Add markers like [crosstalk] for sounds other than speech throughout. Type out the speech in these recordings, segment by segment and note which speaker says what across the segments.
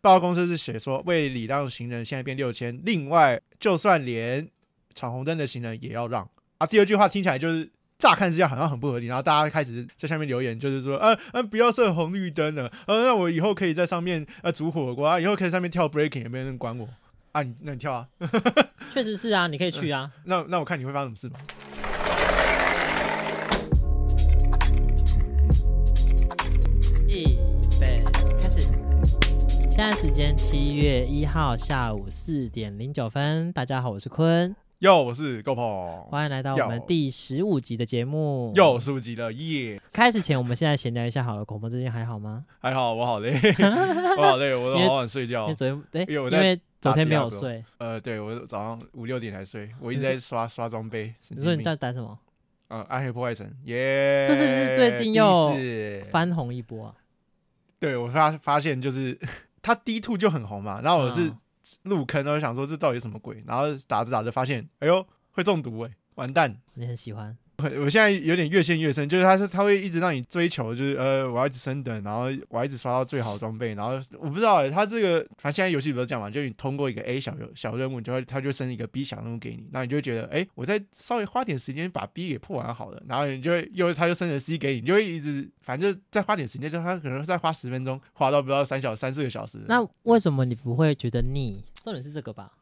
Speaker 1: 报告公司是写说为礼让行人现在变六千，另外就算连闯红灯的行人也要让啊。第二句话听起来就是乍看之下好像很不合理，然后大家开始在下面留言，就是说，呃呃，不要设红绿灯了，呃，那我以后可以在上面呃煮火锅啊，以后可以在上面跳 breaking，也没人管我啊，你那你跳啊，
Speaker 2: 确实是啊，你可以去啊。
Speaker 1: 那那我看你会发生什么事嘛。嗯
Speaker 2: 预备开始。现在时间七月一号下午四点零九分，大家好，我是坤，
Speaker 1: 哟，我是 g o p o
Speaker 2: 欢迎来到我们
Speaker 1: 哟
Speaker 2: 第十五集的节目。
Speaker 1: 又是不急了耶
Speaker 2: 开始前，我们现在闲聊一下好了。恐鹏最近还好吗？
Speaker 1: 还好我
Speaker 2: [laughs]
Speaker 1: 好累，我好累，我都好想睡
Speaker 2: 因
Speaker 1: 觉
Speaker 2: 为。昨天，哎、
Speaker 1: 哦因为我
Speaker 2: 因
Speaker 1: 在
Speaker 2: 为昨天没有
Speaker 1: Diablo
Speaker 2: 睡。
Speaker 1: 呃，对我早上五六点才睡，我一直
Speaker 2: 你是
Speaker 1: 在刷刷装备。神
Speaker 2: 你说
Speaker 1: 经
Speaker 2: 你
Speaker 1: 病
Speaker 2: 在打什么？
Speaker 1: 呃，暗黑破坏神，耶！
Speaker 2: 这是不是最近又
Speaker 1: 第四
Speaker 2: 翻红一波啊？
Speaker 1: 对我发发现就是 [laughs] 它 D two 就很红嘛，然后我哦是
Speaker 2: 嗯
Speaker 1: 入坑，然后想说这到底什么鬼，然后打着打着发现，哎呦会中毒哎、完蛋！
Speaker 2: 你很喜欢？
Speaker 1: 我我现在有点越陷越深，就是它是它会一直让你追求，就是呃我要一直升等，然后我要一直刷到最好的装备，然后我不知道哎、它这个反正现在游戏不是这样嘛，就你通过一个 A 小游小任务，你就会它就生一个 B 小任务给你，那你就会觉得哎、我再稍微花点时间把 B 给破完好了，然后你就会又它就生成 C 给你，你就会一直反正就再花点时间，就它可能再花十分钟，花到不知道三小三四个小时，
Speaker 2: 那为什么你不会觉得腻？重点是这个吧？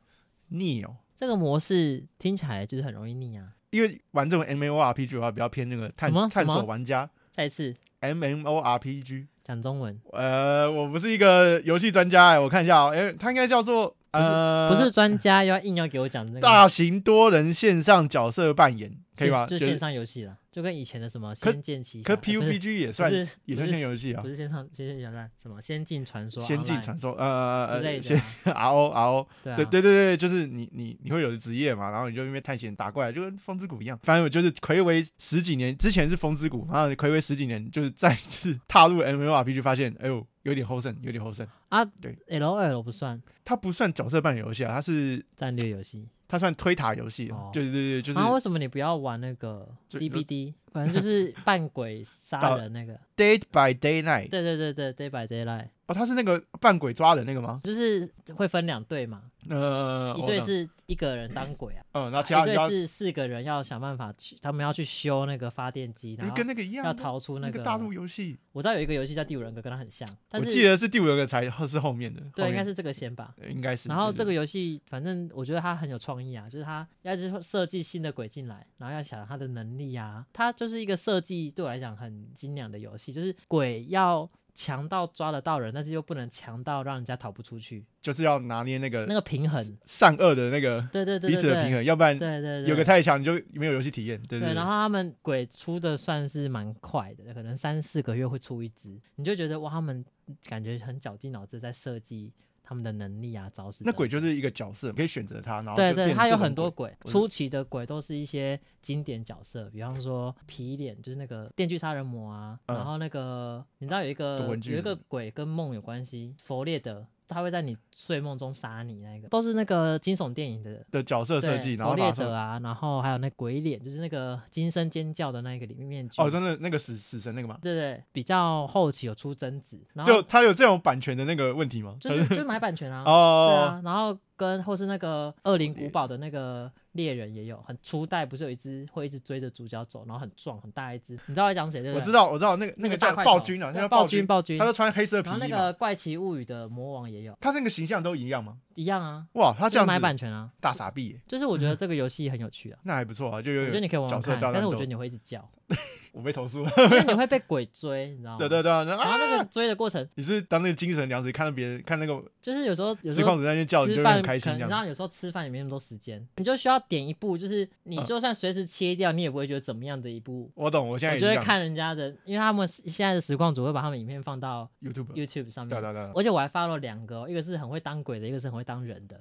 Speaker 1: 腻哦。
Speaker 2: 这个模式听起来就是很容易腻啊。
Speaker 1: 因为玩这种 M O R P G 的话，比较偏那个探
Speaker 2: 什么
Speaker 1: 探
Speaker 2: 什
Speaker 1: 索
Speaker 2: 么
Speaker 1: 玩家
Speaker 2: 再一次
Speaker 1: M M O R P G。
Speaker 2: 讲中文，
Speaker 1: 呃，我不是一个游戏专家哎、我看一下、哦，哎、它应该叫做呃，
Speaker 2: 不是专家又要硬要给
Speaker 1: [laughs]
Speaker 2: 我讲这个。
Speaker 1: 大型多人线上角色扮演，可以吗？
Speaker 2: 就
Speaker 1: 觉得
Speaker 2: 线上游戏啦，就跟以前的什么《
Speaker 1: 可
Speaker 2: 仙剑奇侠》
Speaker 1: 可
Speaker 2: 呃不是
Speaker 1: PUBG 也
Speaker 2: 不
Speaker 1: 算
Speaker 2: 是
Speaker 1: 也
Speaker 2: 不
Speaker 1: 算
Speaker 2: 是
Speaker 1: 线游戏啊
Speaker 2: 不，是线上仙剑小战，什么《仙境传说》《
Speaker 1: 仙境传说呃呃
Speaker 2: 之
Speaker 1: 呃呃，
Speaker 2: 类
Speaker 1: [laughs]
Speaker 2: 的
Speaker 1: 仙 R O R O，
Speaker 2: 啊，
Speaker 1: 对
Speaker 2: 对啊，
Speaker 1: 对对对，就是你你你会有职业嘛，然后你就因为探险打怪，就跟风之谷一样。反正我就是暌违十几年，之前是风之谷，然后暌违十几年，就是再次踏入 M M R P G，发现哎呦有点后剩，有点后剩。
Speaker 2: 啊，
Speaker 1: 对
Speaker 2: ，L L 不算
Speaker 1: 它不算角色扮演游戏啊，它是
Speaker 2: 战略游戏。
Speaker 1: 它算推塔游戏
Speaker 2: 哦，
Speaker 1: 对对对，就是
Speaker 2: 然后为什么你不要玩那个
Speaker 1: 就
Speaker 2: DBD？反
Speaker 1: [laughs]
Speaker 2: 正就是扮鬼杀
Speaker 1: 打
Speaker 2: 人那个，
Speaker 1: Dead by Daylight。
Speaker 2: 对对对对，Day by Daylight，
Speaker 1: 哦，它是那个扮鬼抓人那个吗？
Speaker 2: 就是会分两队嘛，
Speaker 1: 呃，
Speaker 2: 一队
Speaker 1: 我懂，
Speaker 2: 是一个人当鬼啊，
Speaker 1: 嗯，然后其
Speaker 2: 一
Speaker 1: 他人
Speaker 2: 队
Speaker 1: 要
Speaker 2: 是四个人要想办法去，他们要去修那个发电机，然
Speaker 1: 就
Speaker 2: 后
Speaker 1: 跟那个一样，
Speaker 2: 要逃出
Speaker 1: 那
Speaker 2: 个
Speaker 1: 大陆游戏，
Speaker 2: 我知道有一个游戏叫《第五人格》，跟它很像，但
Speaker 1: 我
Speaker 2: 是
Speaker 1: 记得是第五个才是后面的，
Speaker 2: 对，
Speaker 1: 后
Speaker 2: 应该
Speaker 1: 面
Speaker 2: 是这个先吧。
Speaker 1: 对应该是。
Speaker 2: 然后
Speaker 1: 对
Speaker 2: 这个
Speaker 1: 对
Speaker 2: 游戏，反正我觉得它很有创意啊，就是它要是设计新的鬼进来，然后要想它的能力啊，它就是一个设计对我来讲很精良的游戏，就是鬼要强到抓得到人，但是又不能强到让人家逃不出去，
Speaker 1: 就是要拿捏那个
Speaker 2: 那个平衡，
Speaker 1: 善恶的那个
Speaker 2: 对对
Speaker 1: 呃
Speaker 2: 对
Speaker 1: 彼
Speaker 2: 对
Speaker 1: 此的平
Speaker 2: 对，
Speaker 1: 衡，要不然
Speaker 2: 对对对，
Speaker 1: 有个太强你就没有游戏体验，对
Speaker 2: 对，
Speaker 1: 对
Speaker 2: 然。后他们鬼出的算是蛮快的，可能三四个月会出一只，你就觉得哇，他们感觉很绞尽脑汁在设计他们的能力啊、招式等
Speaker 1: 那
Speaker 2: 等。
Speaker 1: 鬼就是一个角色，可以选择他，然后
Speaker 2: 对
Speaker 1: 就
Speaker 2: 对，
Speaker 1: 变
Speaker 2: 它
Speaker 1: 成
Speaker 2: 有
Speaker 1: 这种
Speaker 2: 很多
Speaker 1: 鬼
Speaker 2: 鬼，
Speaker 1: 我
Speaker 2: 初期的鬼都是一些经典角色，比方说皮脸，就是那个电锯杀人魔啊，
Speaker 1: 嗯
Speaker 2: 然后那个你知道有一个
Speaker 1: 多文具
Speaker 2: 有一
Speaker 1: 是
Speaker 2: 个鬼跟梦有关系，佛列德。他会在你睡梦中杀你，那个都是那个惊悚电影的
Speaker 1: 的角色设计，
Speaker 2: 对
Speaker 1: 然后
Speaker 2: 佛
Speaker 1: 把
Speaker 2: 列
Speaker 1: 它
Speaker 2: 德啊，然后还有那鬼脸，就是那个惊声尖叫的那一个里面具。
Speaker 1: 哦，真的那个死死神那个嘛，
Speaker 2: 对对，比较后期有出贞子，然
Speaker 1: 就
Speaker 2: 后
Speaker 1: 他有这种版权的那个问题吗？
Speaker 2: 就是就是买版权啊，对
Speaker 1: 哦，
Speaker 2: 啊，然后跟或是那个恶灵古堡的那个猎人也有，很初代不是有一只会一直追着主角走，然后很壮很大一只，你知道我在讲谁对不
Speaker 1: 我
Speaker 2: 对？
Speaker 1: 知道，我知道那个那个
Speaker 2: 大
Speaker 1: 叫
Speaker 2: 块
Speaker 1: 暴
Speaker 2: 头
Speaker 1: 君啊，那
Speaker 2: 对
Speaker 1: 叫
Speaker 2: 暴
Speaker 1: 君，
Speaker 2: 暴君
Speaker 1: 他，都穿黑色皮
Speaker 2: 然后那
Speaker 1: 衣嘛，
Speaker 2: 个怪奇物语的魔王也有，
Speaker 1: 他那个形象都一样吗？
Speaker 2: 一样啊，
Speaker 1: 哇，他
Speaker 2: 他
Speaker 1: 这样
Speaker 2: 买
Speaker 1: 子
Speaker 2: 版权啊，
Speaker 1: 大傻逼耶，
Speaker 2: 就是我觉得这个游戏很有趣啊。
Speaker 1: 那还不错啊，就
Speaker 2: 我
Speaker 1: 有
Speaker 2: 觉得
Speaker 1: 点
Speaker 2: 你可以玩玩
Speaker 1: 角色
Speaker 2: 看，
Speaker 1: 大
Speaker 2: 但
Speaker 1: 乱
Speaker 2: 是
Speaker 1: 斗
Speaker 2: 我觉得你会一直叫，
Speaker 1: 我被投诉了，
Speaker 2: 因为你会被鬼追，你知道吗？
Speaker 1: [laughs] 对对对啊，然后
Speaker 2: 然后
Speaker 1: 啊
Speaker 2: 那个追的过程，
Speaker 1: 你是当那个精神粮食，看到别人看那个
Speaker 2: 就是有时候有时
Speaker 1: 实
Speaker 2: 候
Speaker 1: 况主在那边叫，你
Speaker 2: 吃
Speaker 1: 就会
Speaker 2: 饭
Speaker 1: 很开心这
Speaker 2: 可能
Speaker 1: 样。
Speaker 2: 然后有时候吃饭也没那么多时间，你就需要点一部，就是你
Speaker 1: 嗯
Speaker 2: 就算随时切掉，你也不会觉得怎么样的一部。
Speaker 1: 我懂，我现在
Speaker 2: 我
Speaker 1: 也
Speaker 2: 就是会
Speaker 1: 这样。
Speaker 2: 看人家的，因为他们现在的实况组会把他们影片放到
Speaker 1: YouTube，对
Speaker 2: YouTube 上
Speaker 1: 嗯对啊
Speaker 2: 面，
Speaker 1: 对对，
Speaker 2: 而且我还发了两个哦，一个是很会当鬼的，一个是很会当人
Speaker 1: [laughs]
Speaker 2: 的，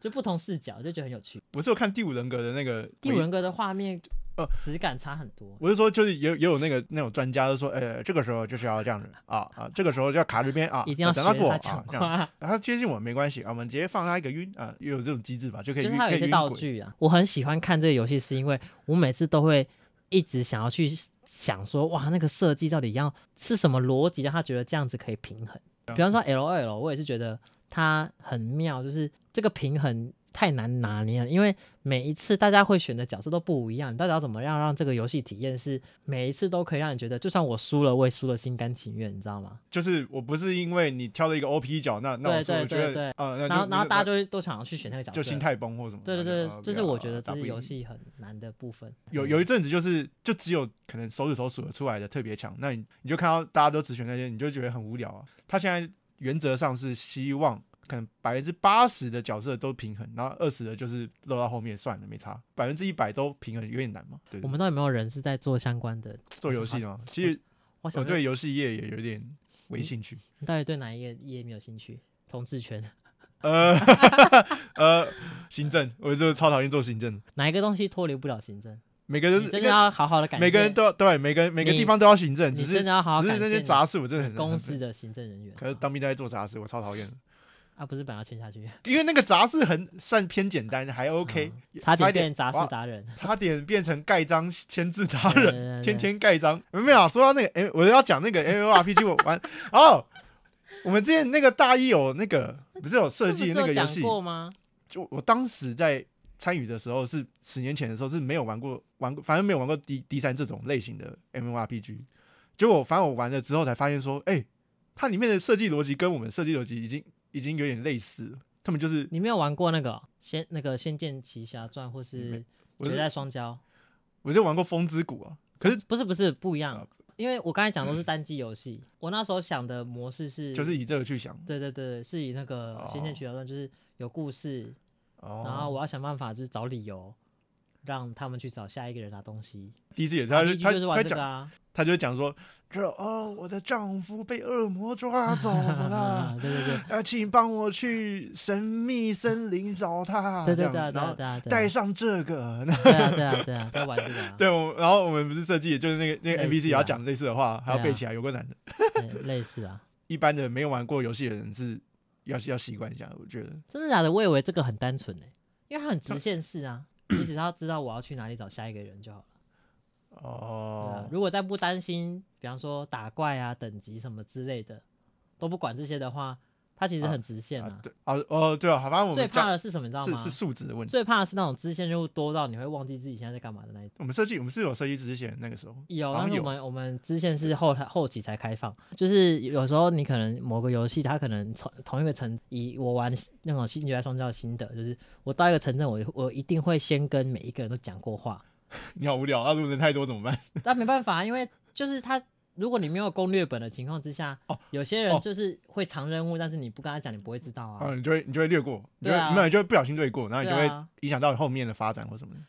Speaker 2: 就不同视角，就觉得很有趣。
Speaker 1: 我是有看《第五人格》的那个
Speaker 2: 第五人格的画面
Speaker 1: 呃
Speaker 2: 质感差很多，
Speaker 1: 我是说，就是也有也有那个那种专家就说，呃，这个时候就是要这样子啊啊，这个时候就要卡这边啊，
Speaker 2: 一定要学
Speaker 1: 等他过
Speaker 2: 他
Speaker 1: 啊，
Speaker 2: 讲
Speaker 1: 这
Speaker 2: 话，
Speaker 1: 样啊他接近我没关系啊，我们直接放他一个晕啊，也有这种机制吧，就可以
Speaker 2: 就
Speaker 1: 晕，
Speaker 2: 是它有一
Speaker 1: 可以
Speaker 2: 些
Speaker 1: 晕
Speaker 2: 道
Speaker 1: 鬼
Speaker 2: 具啊，我很喜欢看这个游戏，是因为我每次都会一直想要去想说，哇，那个设计到底要是什么逻辑让他觉得这样子可以平衡？比方说 L O L，我也是觉得它很妙，就是这个平衡太难拿捏了，因为每一次大家会选的角色都不一样，你到底要怎么样让这个游戏体验是每一次都可以让你觉得，就算我输了，我也输的心甘情愿，你知道吗？
Speaker 1: 就是我不是因为你挑了一个 OP 角，那那我
Speaker 2: 对
Speaker 1: 说我
Speaker 2: 对
Speaker 1: 觉
Speaker 2: 对
Speaker 1: 得
Speaker 2: 对
Speaker 1: 啊，那
Speaker 2: 然后
Speaker 1: 就
Speaker 2: 然后大家
Speaker 1: 就
Speaker 2: 就会都想要去选那个角色，
Speaker 1: 就心态崩或什么的。
Speaker 2: 对对
Speaker 1: 那
Speaker 2: 对，
Speaker 1: 就
Speaker 2: 这是
Speaker 1: 啊
Speaker 2: 我觉得
Speaker 1: 打
Speaker 2: 这
Speaker 1: 不
Speaker 2: 是
Speaker 1: 赢
Speaker 2: 游戏很难的部分。嗯
Speaker 1: 有有一阵子就是就只有可能手指头数得出来的特别强，那你你就看到大家都只选那些，你就觉得很无聊啊。他现在原则上是希望可能百分之八十的角色都平衡，然后二十的就是漏到后面算了，没差，百分之一百都平衡有点难嘛。对
Speaker 2: 我，们到底有没有人是在做相关的？
Speaker 1: 做游戏的嘛，其实
Speaker 2: 我想
Speaker 1: 我
Speaker 2: 说
Speaker 1: 对游戏业也有点没兴趣。
Speaker 2: 你到底对哪一个业没有兴趣？同志圈 [laughs]
Speaker 1: 呃呃，行政，我就超讨厌做行政的，
Speaker 2: 哪一个东西脱离不了行政？
Speaker 1: 每个
Speaker 2: 你
Speaker 1: 人
Speaker 2: 真的要好好的感谢
Speaker 1: 每个人都要对每个每个地方都要行政，
Speaker 2: 你
Speaker 1: 只是
Speaker 2: 真的要好好
Speaker 1: 只是
Speaker 2: 感
Speaker 1: 那
Speaker 2: 谢
Speaker 1: 些
Speaker 2: 你
Speaker 1: 杂事我真的很
Speaker 2: 公司的行政人员。哦
Speaker 1: 可是当兵都在做杂事，我超讨厌的，
Speaker 2: 啊，不是本来要签下去
Speaker 1: 因为那个杂事很算偏简单，还 OK，、
Speaker 2: 嗯差点变杂
Speaker 1: 哇
Speaker 2: 事达人。
Speaker 1: 差点变成盖章签字达
Speaker 2: 对对
Speaker 1: 人，
Speaker 2: 对对
Speaker 1: 天天盖章。没有啊，说到那个，哎、我要讲那个 M O R P G，我玩哦，我们之前那个大一有那个不是有设计
Speaker 2: 是
Speaker 1: 那
Speaker 2: 不
Speaker 1: 个
Speaker 2: 是有
Speaker 1: 游
Speaker 2: 讲
Speaker 1: 戏，
Speaker 2: 过吗？
Speaker 1: 就我当时在参与的时候是十年前的时候是没有玩过玩过，反正没有玩过 D D 三这种类型的 M O R P G。结果反正我玩了之后才发现说，哎、它里面的设计逻辑跟我们设计逻辑已经已经有点类似了，他们就是
Speaker 2: 你没有玩过那个哦仙那个《仙剑奇侠传》或
Speaker 1: 没
Speaker 2: 是
Speaker 1: 我
Speaker 2: 《
Speaker 1: 是
Speaker 2: 绝代双骄》？
Speaker 1: 我就玩过风之谷啊，可是
Speaker 2: 不是不是不一样
Speaker 1: 啊，
Speaker 2: 因为我刚才讲都是单机游戏，我那时候想的模式是
Speaker 1: 就是以这个去想，
Speaker 2: 对对对，是以那个《仙剑奇侠传》就是有故事，然后
Speaker 1: 哦，
Speaker 2: 我要想办法就是找理由。让他们去找下一个人拿东西，
Speaker 1: 第一次也是，
Speaker 2: 他
Speaker 1: 他
Speaker 2: 就
Speaker 1: 就他
Speaker 2: 就是
Speaker 1: 他
Speaker 2: 玩这
Speaker 1: 讲 [laughs]
Speaker 2: 个啊，
Speaker 1: 他就讲说，这哦，我的丈夫被恶魔抓走了。
Speaker 2: 嗯 [laughs] 对对对，
Speaker 1: 呃，请帮我去神秘森林找他。
Speaker 2: 对对
Speaker 1: 这
Speaker 2: 对啊
Speaker 1: 样
Speaker 2: 对
Speaker 1: 然
Speaker 2: 啊
Speaker 1: 后
Speaker 2: 对啊，对
Speaker 1: 带
Speaker 2: 啊
Speaker 1: 上这个，
Speaker 2: [laughs]
Speaker 1: 那
Speaker 2: 对啊对啊对啊，在玩这
Speaker 1: [laughs]
Speaker 2: 个啊，
Speaker 1: 对我，然后我们不是设计，就是那个那个
Speaker 2: 类
Speaker 1: NPC
Speaker 2: 似
Speaker 1: 也要
Speaker 2: 啊
Speaker 1: 讲类似的话，还要
Speaker 2: 对啊
Speaker 1: 背起来，有个难的。
Speaker 2: 对类似啊，
Speaker 1: 一般的没有玩过游戏的人是要要习惯一下，我觉得。
Speaker 2: 真的假的？我以为这个很单纯呢、因为它很直线式啊，你只要知道我要去哪里找下一个人就好了。对啊
Speaker 1: 哦，
Speaker 2: 如果再不担心，比方说打怪啊、等级什么之类的，都不管这些的话，它其实很直线
Speaker 1: 啊
Speaker 2: 啊。
Speaker 1: 对，哦哦对啊，反正我
Speaker 2: 最
Speaker 1: 们
Speaker 2: 怕
Speaker 1: 讲
Speaker 2: 的是什么？你知道
Speaker 1: 是
Speaker 2: 吗？
Speaker 1: 是数值的问题。
Speaker 2: 最怕的是那种支线任务多到你会忘记自己现在在干嘛的那一种。
Speaker 1: 我们设计，我们是有设计之前那个
Speaker 2: [laughs]
Speaker 1: 时候，
Speaker 2: 有，
Speaker 1: 好像
Speaker 2: 但是
Speaker 1: 有
Speaker 2: 我们我们支线是后台后期才开放，就是有时候你可能某个游戏它可能从同一个城，以我玩那种新绝代双骄的心得，就是我到一个城镇，我我一定会先跟每一个人都讲过话，
Speaker 1: 你好无聊啊，如果人太多怎么
Speaker 2: [laughs]
Speaker 1: 办？
Speaker 2: 但没办法，啊因为就是他。如果你没有攻略本的情况之下，
Speaker 1: 哦
Speaker 2: 有些
Speaker 1: 哦
Speaker 2: 人就是会藏任务，但是你不跟他讲，你不会知道啊。
Speaker 1: 哦，你就会你就会略过，你就
Speaker 2: 对啊
Speaker 1: 会没有，你就会不小心略过，然后你
Speaker 2: 对
Speaker 1: 就会
Speaker 2: 啊，
Speaker 1: 影响到你后面的发展或什么的。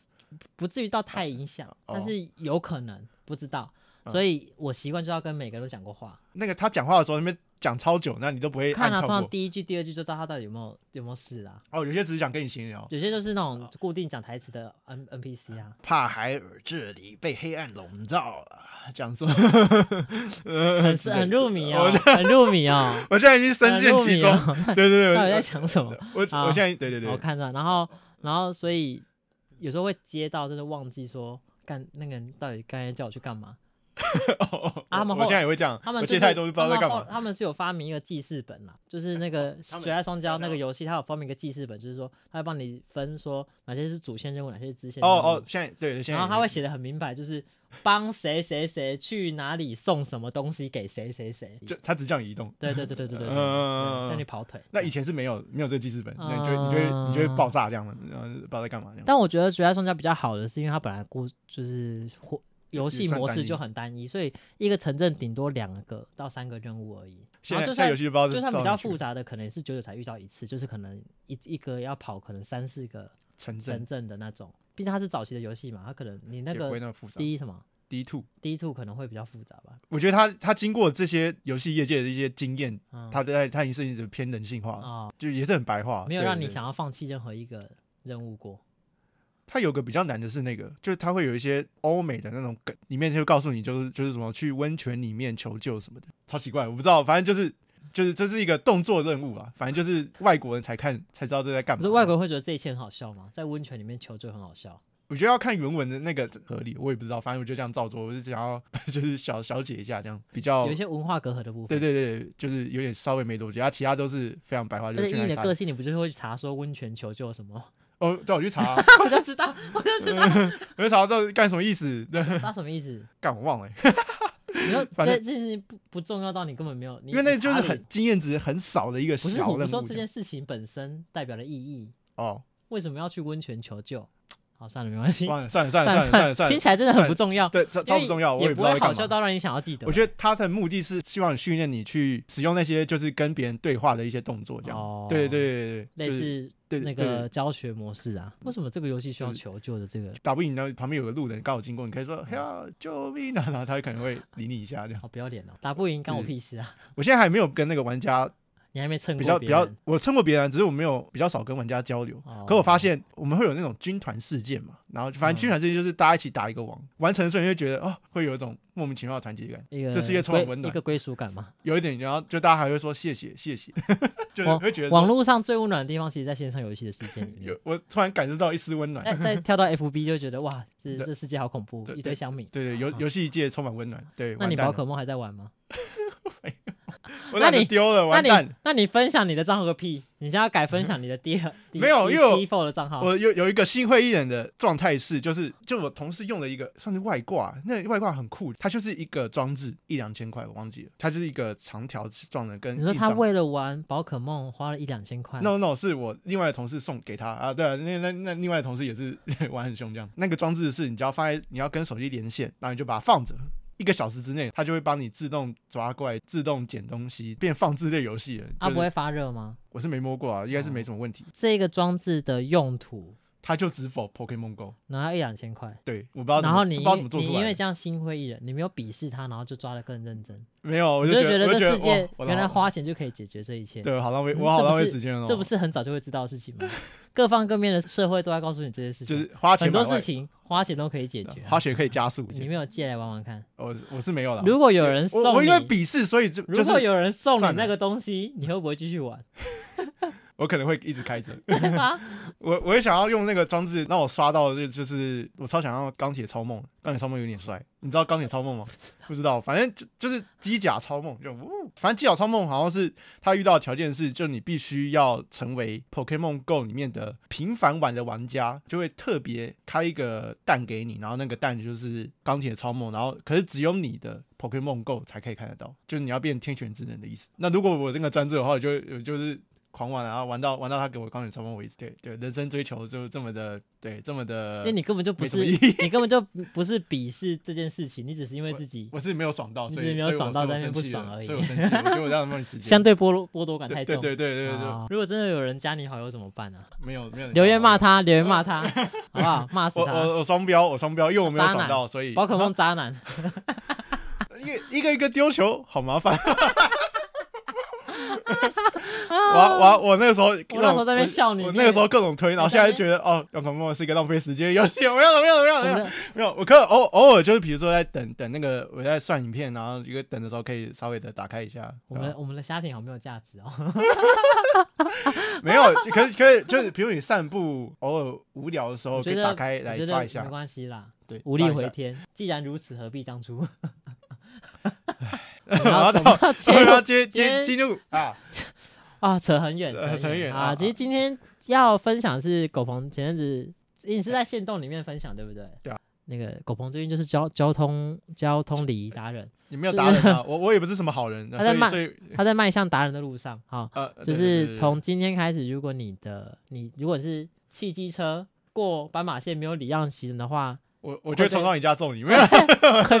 Speaker 2: 不至于到太影响，
Speaker 1: 哦
Speaker 2: 但是有可能不知道，
Speaker 1: 嗯
Speaker 2: 所以我习惯就要跟每个人都讲过话。
Speaker 1: 那个他讲话的时候，那边讲超久，那你都不会
Speaker 2: 看
Speaker 1: 按
Speaker 2: 啊，
Speaker 1: 跳
Speaker 2: 通常
Speaker 1: 过。
Speaker 2: 第一句、第二句就知道他到底有没有有没有事啦、
Speaker 1: 哦，有些只是想跟你闲聊。
Speaker 2: 有些就是那种固定讲台词的 N
Speaker 1: [laughs]
Speaker 2: NPC 啊，
Speaker 1: 帕海尔这里被黑暗笼罩了，讲什么？很
Speaker 2: 很很入迷哦，很入迷
Speaker 1: [laughs]
Speaker 2: 哦，
Speaker 1: [laughs] 我现在已经深
Speaker 2: 很
Speaker 1: 陷
Speaker 2: 入
Speaker 1: 其
Speaker 2: 迷
Speaker 1: 中。
Speaker 2: 哦。
Speaker 1: [laughs] 对对对，
Speaker 2: 到底在
Speaker 1: 我
Speaker 2: 想啊什么？
Speaker 1: 我我
Speaker 2: 好
Speaker 1: 现在对对对
Speaker 2: 我，看到，然后然后所以有时候会接到，就是忘记说干那个人到底刚才叫我去干嘛。
Speaker 1: 哦
Speaker 2: 啊他
Speaker 1: 我
Speaker 2: 们
Speaker 1: 我
Speaker 2: 后
Speaker 1: 现在也会这样，
Speaker 2: 他们
Speaker 1: 我
Speaker 2: 就
Speaker 1: 接
Speaker 2: 是
Speaker 1: 太多不知道在干
Speaker 2: 他们
Speaker 1: 嘛哦
Speaker 2: 后。他们是有发明一个记事本啦，就是那个《
Speaker 1: 他们
Speaker 2: 绝代双骄》那个游戏，它有发明一个记事本，就是说它会帮你分说哪些是主线任务，哪些是支线
Speaker 1: 哦
Speaker 2: 任务。
Speaker 1: 哦，现在对对，现在
Speaker 2: 然后
Speaker 1: 也
Speaker 2: 他会写的很明白，就是帮谁谁谁去哪里送什么东西给谁谁谁。
Speaker 1: 就他只叫你移动。
Speaker 2: 对对对对对对对，
Speaker 1: [laughs] 嗯
Speaker 2: 对让你跑腿。
Speaker 1: 那以前是没有没有这个记事本，
Speaker 2: 嗯
Speaker 1: 那你就会你就会你就会爆炸这样的，然后不知道在干嘛这样。
Speaker 2: 但我觉得《绝代双骄》比较好的是，因为它本来故就是或游戏模式就很单一，所以一个城镇顶多两个到三个任务而已。
Speaker 1: 现
Speaker 2: 然
Speaker 1: 在
Speaker 2: 后就
Speaker 1: 现在
Speaker 2: 算
Speaker 1: 游戏就不知道
Speaker 2: 就算比较复
Speaker 1: 杂，
Speaker 2: 杂的，可能是久久才遇到一次，就是可能一一个要跑可能三四个
Speaker 1: 城镇
Speaker 2: 城镇的那种。毕竟它是早期的游戏嘛，它可能你那
Speaker 1: 也不会
Speaker 2: 个
Speaker 1: 那么复杂。
Speaker 2: 第一什么
Speaker 1: D two，
Speaker 2: 第一兔可能会比较复杂吧。
Speaker 1: 我觉得他他经过这些游戏业界的一些经验，
Speaker 2: 嗯，
Speaker 1: 他在他已经是一直偏人性化了，
Speaker 2: 哦，
Speaker 1: 就也是很白话，
Speaker 2: 没有
Speaker 1: 啊对
Speaker 2: 让你
Speaker 1: 对
Speaker 2: 想要放弃任何一个任务过。
Speaker 1: 它有个比较难的是那个，就是它会有一些欧美的那种梗，里面就告诉你就是就是什么去温泉里面求救什么的，超奇怪，我不知道，反正就是就是这是一个动作任务啊，反正就是外国人才看才知道这在干
Speaker 2: 可
Speaker 1: 嘛。
Speaker 2: 是外国人会觉得这一切很好笑吗？在温泉里面求救很好笑，
Speaker 1: 我觉得要看原文的那个合理，我也不知道，反正我就这样照做，我是想要 [laughs] 就是小小解一下，这样比较
Speaker 2: 有一些文化隔阂的部分。
Speaker 1: 哦对对对，就是有点稍微没逻辑，啊，其他都是非常白话，就
Speaker 2: 而
Speaker 1: 是
Speaker 2: 且
Speaker 1: 去
Speaker 2: 以
Speaker 1: 那
Speaker 2: 你
Speaker 1: 里
Speaker 2: 的
Speaker 1: 查
Speaker 2: 个性，你不就是会去查说温泉求救什
Speaker 1: [laughs]
Speaker 2: 么？
Speaker 1: 哦，对，我去查啊、
Speaker 2: [laughs] 我就知道，我就知道， [laughs]
Speaker 1: 我去查到底干什么意思？ [laughs] 对，
Speaker 2: 知道什么意思。
Speaker 1: 干我忘了欸、
Speaker 2: 你说这
Speaker 1: 反
Speaker 2: 这
Speaker 1: 正
Speaker 2: 件事情不不重要到你根本没有，你
Speaker 1: 因为那个就是
Speaker 2: 你查理
Speaker 1: 很经验值很少的一个
Speaker 2: 不是
Speaker 1: 小任
Speaker 2: 我不
Speaker 1: 务这
Speaker 2: 说
Speaker 1: 样。
Speaker 2: 这件事情本身代表的意义，
Speaker 1: 哦，
Speaker 2: 为什么要去温泉求救？好，算了，没关系，
Speaker 1: 忘了，算了算了
Speaker 2: 了
Speaker 1: 算了算了算
Speaker 2: 听
Speaker 1: 了，
Speaker 2: 起来真的很
Speaker 1: 算
Speaker 2: 不
Speaker 1: 了
Speaker 2: 重要，
Speaker 1: 对，超
Speaker 2: 因
Speaker 1: 超
Speaker 2: 为
Speaker 1: 不重要，我
Speaker 2: 也
Speaker 1: 不
Speaker 2: 不
Speaker 1: 知道
Speaker 2: 会
Speaker 1: 在
Speaker 2: 好
Speaker 1: 干
Speaker 2: 笑
Speaker 1: 嘛。
Speaker 2: 到让你想要记得。
Speaker 1: 我觉得他的目的是希望训练你去使用那些就是跟别人对话的一些动作，这样。
Speaker 2: 哦
Speaker 1: 对对对对对，就
Speaker 2: 类
Speaker 1: 是
Speaker 2: 似
Speaker 1: 对
Speaker 2: 那
Speaker 1: 对嗯对
Speaker 2: 个教学模式啊，为什么这个游戏需要
Speaker 1: 就是
Speaker 2: 求救的这个？
Speaker 1: 打不赢，然后旁边有个路人刚好经过，你可以说“嘿呀，救命啊！”然 [laughs] 后他可能会理你一下这样。
Speaker 2: 好不要脸哦，打不赢干我
Speaker 1: 是
Speaker 2: 屁事啊！
Speaker 1: 我现在还没有跟那个玩家
Speaker 2: 你还没
Speaker 1: 嗯
Speaker 2: 蹭
Speaker 1: 比
Speaker 2: 过
Speaker 1: 较
Speaker 2: 别
Speaker 1: 比较
Speaker 2: 人，，
Speaker 1: 我蹭过别人，只是我没有比较少跟玩家交流。
Speaker 2: 哦嗯
Speaker 1: 可我发现我们会有那种军团事件嘛，然后反正军团事件就是大家一起打一个王，完成的瞬间就觉得哦，会有一种莫名其妙的团结感，
Speaker 2: 一个
Speaker 1: 这世界充满
Speaker 2: 归
Speaker 1: 温暖
Speaker 2: 一个归属感嘛。
Speaker 1: 有一点，然后就大家还会说谢谢谢 [laughs] 谢，就是
Speaker 2: 网
Speaker 1: 会觉得
Speaker 2: 哦网
Speaker 1: 说
Speaker 2: 络上最温暖的地方，其实在线上游戏的世界里面。
Speaker 1: 有我突然感受到一丝温暖。
Speaker 2: 再再跳到 FB 就觉得哇，这
Speaker 1: 对
Speaker 2: 这世界好恐怖，
Speaker 1: 对
Speaker 2: 一堆
Speaker 1: 对
Speaker 2: 小米。
Speaker 1: 对对，游游戏界充满温暖。对，
Speaker 2: 哦那你
Speaker 1: 完蛋
Speaker 2: 宝
Speaker 1: 了
Speaker 2: 可梦还在玩吗？
Speaker 1: 我懒
Speaker 2: 那
Speaker 1: 得
Speaker 2: 你
Speaker 1: 丢了，
Speaker 2: 那
Speaker 1: 完蛋嗯
Speaker 2: 你。那你分享你的账号个屁！你现在要改分享你的第二第
Speaker 1: 没有因为我
Speaker 2: d f o 的账号，
Speaker 1: 我有有一个心灰意冷的状态是，就是就我同事用了一个算是外挂，那外挂很酷，它就是一个装置，一两千块我忘记了，它就是一个长条状的跟
Speaker 2: 你说
Speaker 1: 印
Speaker 2: 他
Speaker 1: 章
Speaker 2: 为了玩宝可梦花了一两千块，
Speaker 1: No No，是我另外的同事送给他啊，对啊，那那那另外的同事也是 [laughs] 玩很凶这样。那个装置是你只要放在你要跟手机连线，然后你就把它放着，一个小时之内它就会帮你自动抓怪、自动捡东西，变放置类游戏了。
Speaker 2: 啊
Speaker 1: 就是
Speaker 2: 不会哦发热吗？
Speaker 1: 我是没摸过啊，应该是没什么问题。
Speaker 2: 这个装置的用途，
Speaker 1: 它就只否 Pokemon Go，
Speaker 2: 然后要一两千块，
Speaker 1: 对，我不知道怎
Speaker 2: 然
Speaker 1: 么
Speaker 2: 后
Speaker 1: 不
Speaker 2: 你
Speaker 1: 知道怎么做
Speaker 2: 你
Speaker 1: 出
Speaker 2: 因为
Speaker 1: 来的。
Speaker 2: 这样心灰意冷，你没有鄙视他，然后就抓得更认真，
Speaker 1: 没有，我
Speaker 2: 你
Speaker 1: 觉
Speaker 2: 觉
Speaker 1: 得，我就
Speaker 2: 这
Speaker 1: 觉
Speaker 2: 世
Speaker 1: 得
Speaker 2: 界
Speaker 1: 哇，
Speaker 2: 原来
Speaker 1: 我
Speaker 2: 花钱就可以解决这一切，
Speaker 1: 对，好浪费，
Speaker 2: 嗯
Speaker 1: 我好
Speaker 2: 这不
Speaker 1: 浪费
Speaker 2: 是
Speaker 1: 时间哦。
Speaker 2: 这不是很早就会知道的事情吗？各方各面的社会都在告诉你这些事情，
Speaker 1: 就是花钱
Speaker 2: 很多
Speaker 1: 买外
Speaker 2: 事情花钱都可以解决、啊
Speaker 1: 花。钱可以加速。
Speaker 2: 你没有借来玩玩看？
Speaker 1: 我我是没有了。
Speaker 2: 如果有人送
Speaker 1: 啊我我因为
Speaker 2: 你，
Speaker 1: 鄙视，所以就就
Speaker 2: 如
Speaker 1: 是
Speaker 2: 果有人送你
Speaker 1: 算
Speaker 2: 那
Speaker 1: 了
Speaker 2: 个东西，你会不会继
Speaker 1: [laughs]
Speaker 2: 续玩？啊
Speaker 1: 我可能会一直开着。
Speaker 2: 对吧？
Speaker 1: 我我也想要用那个装置让我刷到，就就是我超想要钢铁超梦，钢铁超梦有点帅，你知道钢铁超梦吗？不知道，反正就就是机甲超梦，就呜，反正机甲超梦好像是他遇到的条件是，就你必须要成为 Pokemon Go 里面的平凡玩的玩家，就会特别开一个蛋给你，然后那个蛋就是钢铁超梦，然后可是只有你的 Pokemon Go 才可以看得到，就是你要变天选之人的意思。那如果我这个专制的话，我就我就是狂玩啊，然后玩到玩到他给我钢铁超梦为止。对对，人生追求就这么的，对这么
Speaker 2: 因
Speaker 1: 的
Speaker 2: 为。你根本就不
Speaker 1: 没什
Speaker 2: 是，
Speaker 1: 么意义
Speaker 2: 你根本就不是鄙视这件事情，你只是因为自己
Speaker 1: 我是没有爽到，
Speaker 2: 你
Speaker 1: 所
Speaker 2: 只是
Speaker 1: 以
Speaker 2: 没有
Speaker 1: 所以我
Speaker 2: 爽到
Speaker 1: 所以我
Speaker 2: 在那边
Speaker 1: 生
Speaker 2: 不
Speaker 1: 气
Speaker 2: 爽
Speaker 1: 了
Speaker 2: 而已
Speaker 1: 所以我生气了，我觉得我让他
Speaker 2: [laughs]
Speaker 1: 们时间。
Speaker 2: 相对剥夺剥夺感太
Speaker 1: 对
Speaker 2: 重
Speaker 1: 对。对对对对，
Speaker 2: 啊如果真的有人加你好友怎么办
Speaker 1: [laughs]
Speaker 2: 啊？
Speaker 1: 没有没有
Speaker 2: 留言骂他，留言
Speaker 1: [laughs]
Speaker 2: 骂他，好不好？骂死
Speaker 1: 我
Speaker 2: 他！
Speaker 1: 我我双标，我双标，因为我没有
Speaker 2: 渣男
Speaker 1: 爽到，所以
Speaker 2: 宝可梦渣
Speaker 1: [laughs]
Speaker 2: 男，
Speaker 1: 因为一个一个丢球，好麻
Speaker 2: [laughs]
Speaker 1: 烦。我我我那个时候，我
Speaker 2: 那时候在那边笑你
Speaker 1: 我那个时候各种推，然后
Speaker 2: 你
Speaker 1: 现在
Speaker 2: 在那边
Speaker 1: 就觉得哦，要恐梦是一个浪费时间的游戏，我要怎么样怎么样
Speaker 2: 我
Speaker 1: 怎么样？
Speaker 2: 们
Speaker 1: 没有，我可偶偶尔就是比如说在等等那个我在算影片，然后一个等的时候可以稍微的打开一下。
Speaker 2: 我
Speaker 1: 对啊
Speaker 2: 们
Speaker 1: 吧
Speaker 2: 我们的家庭好没有价值哦。
Speaker 1: [laughs] 没有，就可以可以就是比如你散步，偶尔无聊的时候
Speaker 2: 我
Speaker 1: 可
Speaker 2: 觉
Speaker 1: 以
Speaker 2: 得
Speaker 1: 打开
Speaker 2: 我
Speaker 1: 来
Speaker 2: 觉
Speaker 1: 抓
Speaker 2: 得
Speaker 1: 一下
Speaker 2: 没，关系啦，
Speaker 1: 对，
Speaker 2: 无力
Speaker 1: 抓一
Speaker 2: 回
Speaker 1: 下。
Speaker 2: 天。既然如此，何必当
Speaker 1: [laughs]
Speaker 2: 初？
Speaker 1: 然后
Speaker 2: 总要
Speaker 1: 到
Speaker 2: 切
Speaker 1: [laughs]
Speaker 2: 入
Speaker 1: 然后接接
Speaker 2: 接
Speaker 1: 进入啊，
Speaker 2: 啊，扯很远，
Speaker 1: 呃
Speaker 2: 扯
Speaker 1: 扯很
Speaker 2: 很远
Speaker 1: 远
Speaker 2: 啊。
Speaker 1: 啊
Speaker 2: 其实今天要分享的是狗鹏前阵子，你是在线动里面分享对不对？
Speaker 1: 对啊。
Speaker 2: 那个狗鹏最近就是交交通交通礼仪达人，
Speaker 1: 你没有打人啊，我我也不是什么好人，
Speaker 2: 他在
Speaker 1: 所以
Speaker 2: 骂
Speaker 1: 所以
Speaker 2: 他在迈向达人的路上啊。
Speaker 1: 呃，
Speaker 2: 就
Speaker 1: 对对
Speaker 2: 是
Speaker 1: 对
Speaker 2: 从今天开始，如果你的你如果是汽机车过斑马线没有礼让行人的话，
Speaker 1: 我我就会
Speaker 2: 会被
Speaker 1: 冲到你家揍你，没有
Speaker 2: 会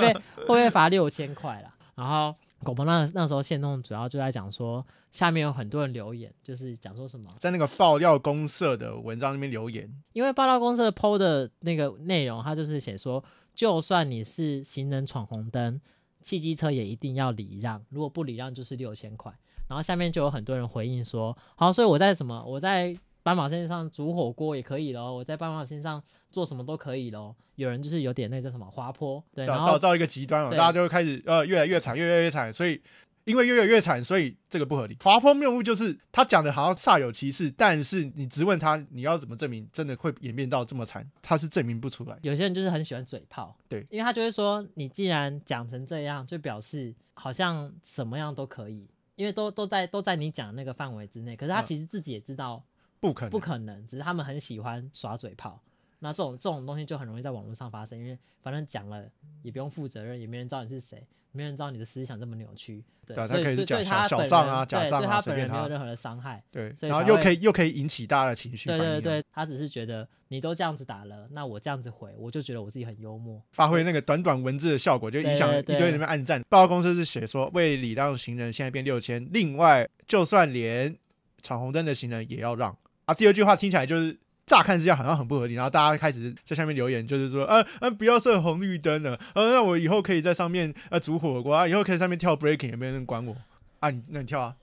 Speaker 1: [laughs]
Speaker 2: 被会被罚六千块啦。然后狗鹏那那时候线动主要就在讲说，下面有很多人留言，就是讲说什么，
Speaker 1: 在那个爆料公社的文章那边留言，
Speaker 2: 因为爆料公社 PO 的那个内容，它就是写说，就算你是行人闯红灯，汽机车也一定要礼让，如果不礼让就是六千块。然后下面就有很多人回应说，好，所以我在什么，我在斑马线上煮火锅也可以咯，我在斑马线上做什么都可以咯。有人就是有点那叫什么滑坡，对，然
Speaker 1: 到
Speaker 2: 后
Speaker 1: 到到一个极端了，哦
Speaker 2: 对
Speaker 1: 大家就会开始呃越来越惨，越来越惨，所以因为越越越惨，所以这个不合理。滑坡谬误就是他讲的好像煞有其事，但是你直问他你要怎么证明真的会演变到这么惨，他是证明不出来。
Speaker 2: 有些人就是很喜欢嘴炮，
Speaker 1: 对，
Speaker 2: 因为他就会说，你既然讲成这样，就表示好像什么样都可以，因为都都在都在你讲的那个范围之内。可是他
Speaker 1: 嗯
Speaker 2: 其实自己也知道
Speaker 1: 不可能，
Speaker 2: 不可能，只是他们很喜欢耍嘴炮。那这种这种东西就很容易在网络上发生，因为反正讲了也不用负责任，也没人知道你是谁，没人知道你的思想这么扭曲，对，
Speaker 1: 对啊他
Speaker 2: 所以
Speaker 1: 可以
Speaker 2: 对
Speaker 1: 是讲
Speaker 2: 对
Speaker 1: 小
Speaker 2: 他
Speaker 1: 小
Speaker 2: 本人
Speaker 1: 账啊假
Speaker 2: 对
Speaker 1: 账
Speaker 2: 对
Speaker 1: 啊
Speaker 2: 他
Speaker 1: 随
Speaker 2: 本
Speaker 1: 便
Speaker 2: 人没有
Speaker 1: 他
Speaker 2: 任何的伤害，
Speaker 1: 对，
Speaker 2: 所以
Speaker 1: 然后
Speaker 2: 才
Speaker 1: 又
Speaker 2: 会
Speaker 1: 可以又可以引起大家的情绪
Speaker 2: 对
Speaker 1: 反应啊，
Speaker 2: 对对，他只是觉得你都这样子打了，那我这样子回，我就觉得我自己很幽默，
Speaker 1: 发挥那个短短文字的效果，就影响
Speaker 2: 对
Speaker 1: 一
Speaker 2: 对对
Speaker 1: 堆人在那边暗赞。报告公司是写说为礼让行人现在变六千，另外就算连闯红灯的行人也要让啊。第二句话听起来就是。乍看之下好像很不合理，然后大家开始在下面留言，就是说，呃，呃，不要设红绿灯了，呃，那我以后可以在上面呃煮火锅啊，以后可以在上面跳 breaking，也没人管我啊，你那你跳啊，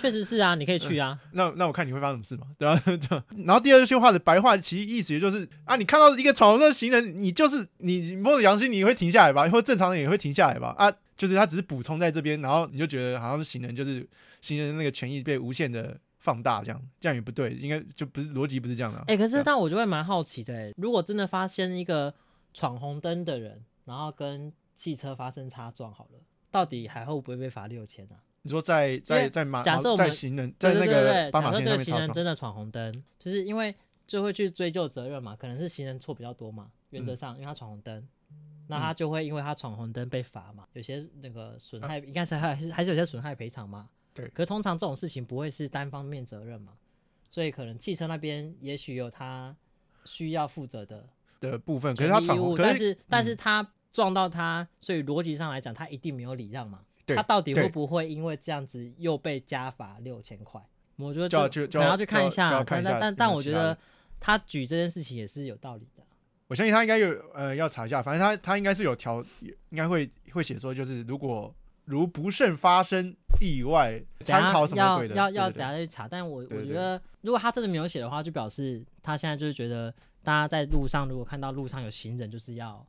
Speaker 2: 确实是啊，你可以去啊，
Speaker 1: 那那我看你会发生什么事嘛，对吧、 [laughs] 对吧然后第二句话的白话其实意思也就是啊，你看到一个闯红灯的行人，你就是你你摸着良心你会停下来吧，或正常人也会停下来吧，啊，就是他只是补充在这边，然后你就觉得好像行人就是行人那个权益被无限的放大，这样这样也不对，应该就不是逻辑不是这样的啊、
Speaker 2: 哎、可
Speaker 1: 对
Speaker 2: 是
Speaker 1: 啊
Speaker 2: 但我就会蛮好奇的、欸，如果真的发现一个闯红灯的人，然后跟汽车发生擦撞，好了，到底还会不会被罚六千啊？
Speaker 1: 你说在
Speaker 2: 因
Speaker 1: 在
Speaker 2: 为
Speaker 1: 在马
Speaker 2: 假设我
Speaker 1: 在
Speaker 2: 们
Speaker 1: 行人在
Speaker 2: 对
Speaker 1: 那
Speaker 2: 对对
Speaker 1: 个
Speaker 2: 对，
Speaker 1: 斑
Speaker 2: 假
Speaker 1: 马
Speaker 2: 设
Speaker 1: 线
Speaker 2: 这
Speaker 1: 上
Speaker 2: 个
Speaker 1: 面
Speaker 2: 行
Speaker 1: 擦
Speaker 2: 人
Speaker 1: 撞，
Speaker 2: 真的闯红灯，就是因为就会去追究责任嘛，可能是行人错比较多嘛，原
Speaker 1: 嗯
Speaker 2: 则上、因为他闯红灯。那他就会因为他闯红灯被罚嘛，有些那个损害、应该是还是还是有些损害赔偿嘛。
Speaker 1: 啊对
Speaker 2: 可是通常这种事情不会是单方面责任嘛，所以可能汽车那边也许有他需要负责的
Speaker 1: 的部分，可
Speaker 2: 权
Speaker 1: 是他
Speaker 2: 利
Speaker 1: 闯
Speaker 2: 义
Speaker 1: 红，
Speaker 2: 务，
Speaker 1: 可
Speaker 2: 但
Speaker 1: 是嗯
Speaker 2: 是但是他撞到他，所以逻辑上来讲，他一定没有礼让嘛。
Speaker 1: 对
Speaker 2: 他到底
Speaker 1: 对
Speaker 2: 会不会因为这样子又被加罚六千块？我觉得
Speaker 1: 就要就
Speaker 2: 这
Speaker 1: 就
Speaker 2: 可能
Speaker 1: 要
Speaker 2: 要去看一
Speaker 1: 就要
Speaker 2: 下，
Speaker 1: 看一
Speaker 2: 但
Speaker 1: 下有没有
Speaker 2: 但但我
Speaker 1: 其
Speaker 2: 觉
Speaker 1: 他的
Speaker 2: 得他举这件事情也是有道理的。
Speaker 1: 我相信他应该有呃要查一下，反正他他应该是有条，应该会会写说，就是如果如不慎发生意外，
Speaker 2: 等
Speaker 1: 参
Speaker 2: 下
Speaker 1: 考什么
Speaker 2: 要
Speaker 1: 鬼的，
Speaker 2: 要
Speaker 1: 对
Speaker 2: 要
Speaker 1: 对
Speaker 2: 等下去查，但我
Speaker 1: 对
Speaker 2: 我
Speaker 1: 对
Speaker 2: 觉得，如果他真的没有写的话，就表示他现在就是觉得大家在路上如果看到路上有行人，就是要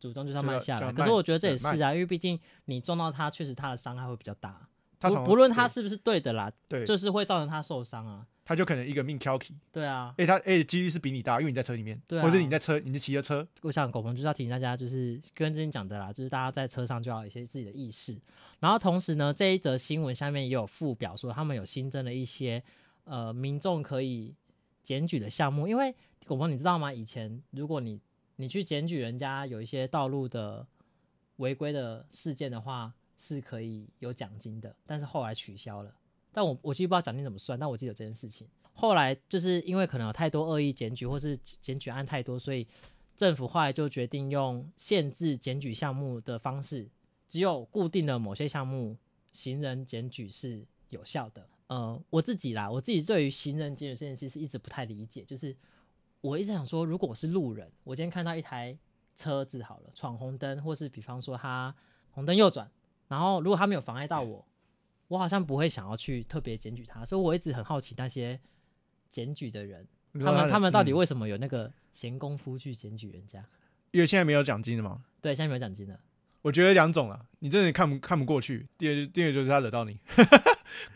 Speaker 2: 主动就是要
Speaker 1: 就要
Speaker 2: 慢下
Speaker 1: 就要
Speaker 2: 来。可是
Speaker 1: 慢
Speaker 2: 我觉得这也
Speaker 1: 对
Speaker 2: 是
Speaker 1: 慢
Speaker 2: 啊，因为毕竟你撞到他，确实他的伤害会比较大。
Speaker 1: 他
Speaker 2: 不
Speaker 1: 从
Speaker 2: 不论他是不是对的啦，
Speaker 1: 对，对
Speaker 2: 就是会造成他受伤啊。
Speaker 1: 他就可能一个命挑起，
Speaker 2: 对啊，
Speaker 1: 哎他哎几率是比你大，因为你在车里面，
Speaker 2: 对啊
Speaker 1: 或者你在车你是骑着车，
Speaker 2: 我想狗鹏就是要提醒大家，就是跟之前讲的啦，就是大家在车上就要有一些自己的意识。然后同时呢，这一则新闻下面也有附表说，他们有新增了一些呃民众可以检举的项目，因为狗鹏你知道吗？以前如果你你去检举人家有一些道路的违规的事件的话，是可以有奖金的，但是后来取消了。但我我其实不知道奖金怎么算，但我记得有这件事情。后来就是因为可能有太多恶意检举或是检举案太多，所以政府后来就决定用限制检举项目的方式，只有固定的某些项目行人检举是有效的。呃，我自己啦，我自己对于行人检举这件事是一直不太理解，就是我一直想说，如果我是路人，我今天看到一台车子好了闯红灯，或是比方说他红灯右转，然后如果他没有妨碍到我，我好像不会想要去特别检举他，所以我一直很好奇那些检举的人，
Speaker 1: 你
Speaker 2: 他
Speaker 1: 说
Speaker 2: 们
Speaker 1: 的
Speaker 2: 他们到底
Speaker 1: 嗯
Speaker 2: 为什么有那个闲工夫去检举人家？
Speaker 1: 因为现在没有奖金了嘛，
Speaker 2: 对，现在没有奖金了，
Speaker 1: 我觉得两种啊，你真的看不看不过去，第二第二就是他惹到你，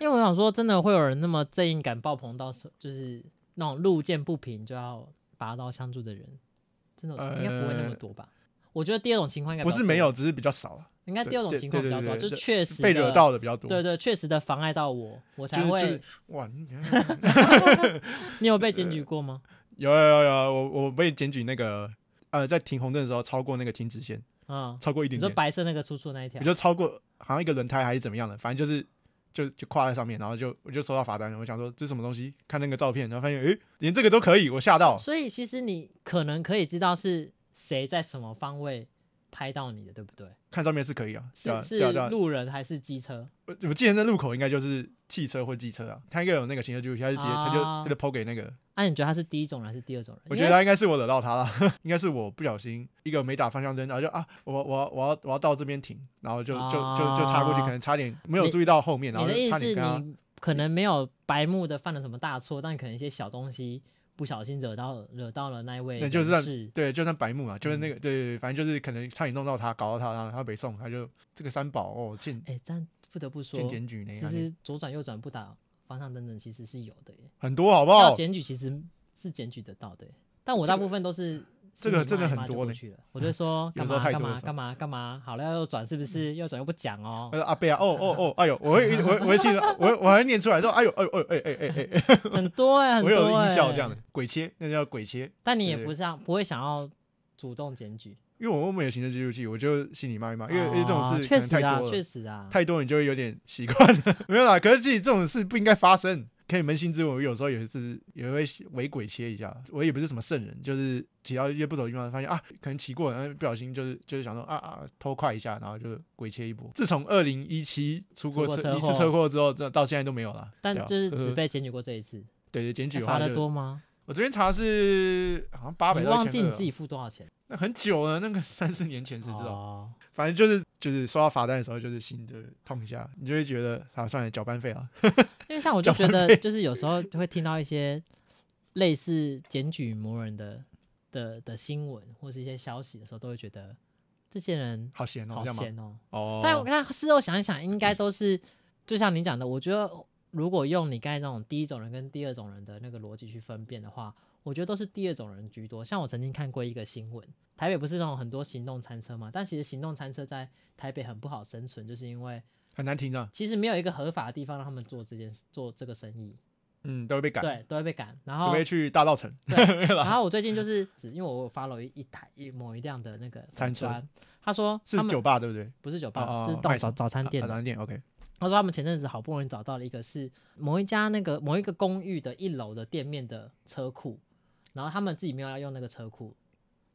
Speaker 2: 因为我想说，真的会有人那么正义感爆棚到是就是那种路见不平就要拔刀相助的人，真的
Speaker 1: 呃
Speaker 2: 应该不会那么多吧？我觉得第二种情况应该
Speaker 1: 不
Speaker 2: 比较
Speaker 1: 是
Speaker 2: 多
Speaker 1: 没有，，只是比较少啊，
Speaker 2: 应该第二种
Speaker 1: 对
Speaker 2: 情况比
Speaker 1: 对对
Speaker 2: 较多，
Speaker 1: 对
Speaker 2: 就
Speaker 1: 对
Speaker 2: 确实
Speaker 1: 被
Speaker 2: 的
Speaker 1: 惹，到的比较多，
Speaker 2: 对对，确实的妨碍到我，我
Speaker 1: 就
Speaker 2: 才
Speaker 1: 是
Speaker 2: 会。
Speaker 1: 就是哇，你
Speaker 2: 你有被检举过吗？
Speaker 1: 有有有有，我我被检举那个呃在停红灯的时候超过那个停止线，
Speaker 2: 嗯，
Speaker 1: 超过呃一
Speaker 2: 你
Speaker 1: 点
Speaker 2: 说
Speaker 1: 点。
Speaker 2: 白色那个出处那一条
Speaker 1: 我，就超过好像一个轮胎还是怎么样的，反正就是就就跨在上面，然后就我就收到罚单了。我想说这是什么东西？看那个照片，然后发现诶、连这个都可以，我吓到。
Speaker 2: 所以其实你可能可以知道是谁在什么方位拍到你的，对不对？
Speaker 1: 看照片是可以啊，对
Speaker 2: 是
Speaker 1: 啊
Speaker 2: 是
Speaker 1: 对啊对啊。
Speaker 2: 路人还是机车？
Speaker 1: 我我记得那路口应该就是汽车或机车啊，他应该有那个行车记录器，他就直接他就
Speaker 2: 啊
Speaker 1: 他就抛给那个。
Speaker 2: 啊，你觉得他是第一种人还是第二种人？
Speaker 1: 我觉得他应该是我惹到他了， [laughs] 应该是我不小心一个没打方向灯，然后就啊我我我要我要到这边停，然后就就就就插过去，
Speaker 2: 啊
Speaker 1: 可能差点没有
Speaker 2: 你
Speaker 1: 注意到后面，然
Speaker 2: 你
Speaker 1: 后
Speaker 2: 的
Speaker 1: 就
Speaker 2: 意
Speaker 1: 差
Speaker 2: 思
Speaker 1: 点
Speaker 2: 是
Speaker 1: 跟他。
Speaker 2: 你可能没有白目的犯了什么大错，但可能一些小东西不小心惹到惹到了那一位
Speaker 1: 那
Speaker 2: 人
Speaker 1: 就是让
Speaker 2: 士。
Speaker 1: 对，就算白目嘛，就是
Speaker 2: 嗯
Speaker 1: 那个，对对对，反正就是可能差点弄到他，搞到他，然后他被送，他就这个三宝哦，欠
Speaker 2: 哎，但不得不说
Speaker 1: 见，检举啊那
Speaker 2: 其
Speaker 1: 样，
Speaker 2: 实左转右转不打方向灯灯其实是有的耶，
Speaker 1: 很多好不
Speaker 2: 要
Speaker 1: 好？
Speaker 2: 检举其实是检举得到的耶，但我大
Speaker 1: 哦这个
Speaker 2: 部分都是。
Speaker 1: 这个
Speaker 2: 心
Speaker 1: 真
Speaker 2: 里骂
Speaker 1: 的
Speaker 2: 一
Speaker 1: 很
Speaker 2: 骂就
Speaker 1: 多
Speaker 2: 过
Speaker 1: 呢
Speaker 2: 去了，我就说
Speaker 1: [laughs] 有
Speaker 2: 干
Speaker 1: 时候
Speaker 2: 嘛
Speaker 1: 太
Speaker 2: 干
Speaker 1: 多的
Speaker 2: 嘛
Speaker 1: 时候嗯
Speaker 2: 干嘛干嘛，好了要右转是不是？右转又不讲哦
Speaker 1: 他，说阿贝啊，哦哦哦，哎呦，我会我会我会记得，我会我还念出来说，哎呦哎呦哎哎哎哎哎，
Speaker 2: 很多哎，很
Speaker 1: [laughs] 我
Speaker 2: 多
Speaker 1: 有音效
Speaker 2: 哎
Speaker 1: 这样，的鬼切，那叫鬼切。
Speaker 2: 但你也
Speaker 1: 对
Speaker 2: 不像不会想要主动检举，
Speaker 1: 因为我没有行车记录器，我就心里骂一骂，因为因为这种
Speaker 2: 哦
Speaker 1: 事可
Speaker 2: 确
Speaker 1: 能
Speaker 2: 实
Speaker 1: 太
Speaker 2: 啊，
Speaker 1: 多
Speaker 2: 确
Speaker 1: 了，
Speaker 2: 实啊，
Speaker 1: 太多你就会有点习惯了， [laughs] 没有啦。可是自己这种事不应该发生，可以扪心自问，我有时候也是也会为鬼切一下，我也不是什么圣人，就是骑到一些不走的地方，发现啊，可能骑过，然后不小心就是就是想说啊啊，偷快一下，然后就鬼切一波。自从二零一七出过
Speaker 2: 出过
Speaker 1: 车
Speaker 2: 车
Speaker 1: 一次车祸之后，这到现在都没有了。
Speaker 2: 哦但
Speaker 1: 对啊
Speaker 2: 就是
Speaker 1: 呃
Speaker 2: 只被检举过这一次，
Speaker 1: 对对检举
Speaker 2: 哎
Speaker 1: 的
Speaker 2: 罚
Speaker 1: 话
Speaker 2: 的
Speaker 1: 就，
Speaker 2: 多吗？
Speaker 1: 我这边查是好像八百
Speaker 2: 你
Speaker 1: 到
Speaker 2: 忘
Speaker 1: 一
Speaker 2: 记
Speaker 1: 千
Speaker 2: 你
Speaker 1: 二哦
Speaker 2: 自，己付多少钱？
Speaker 1: 那很久了，那个三四年前是这种。 [laughs]
Speaker 2: 哦，
Speaker 1: 反正就是就是收到罚单的时候，就是心就痛一下，你就会觉得啊，算了，缴班费啊。
Speaker 2: 因为像我就
Speaker 1: 交
Speaker 2: 觉
Speaker 1: 换
Speaker 2: 得，
Speaker 1: 费
Speaker 2: 就是有时候就会听到一些类似检举魔人的的的新闻或是一些消息的时候，都会觉得这些人
Speaker 1: 好闲哦，
Speaker 2: 好
Speaker 1: 这样吗？
Speaker 2: 闲哦。但
Speaker 1: 哦，
Speaker 2: 但事后想一想，应该都是就像你讲的，我觉得如果用你刚才那种第一种人跟第二种人的那个逻辑去分辨的话，我觉得都是第二种人居多。像我曾经看过一个新闻，台北不是那种很多行动餐车嘛？但其实行动餐车在台北很不好生存，就是因为
Speaker 1: 很难听啊，
Speaker 2: 其实没有一个合法的地方让他们做这件做这个生意，
Speaker 1: 嗯，都会被赶，
Speaker 2: 对，都会被赶。然
Speaker 1: 除
Speaker 2: 后
Speaker 1: 非去大道
Speaker 2: [laughs]
Speaker 1: 城。
Speaker 2: 然后我最近就是只因为我有 follow 一一台一某一辆的那个
Speaker 1: 餐
Speaker 2: 餐
Speaker 1: 车
Speaker 2: 车，他说
Speaker 1: 是
Speaker 2: 他们
Speaker 1: 酒吧对不对？
Speaker 2: 不是酒
Speaker 1: 哦
Speaker 2: 吧，
Speaker 1: 哦
Speaker 2: 就是
Speaker 1: 卖
Speaker 2: 那种
Speaker 1: 什
Speaker 2: 早早餐
Speaker 1: 啊
Speaker 2: 店
Speaker 1: 早
Speaker 2: 的。
Speaker 1: 餐店，OK，
Speaker 2: 他说他们前阵子好不容易找到了一个是某一家那个某一个公寓的一楼的店面的车库，然后他们自己没有要用那个车库，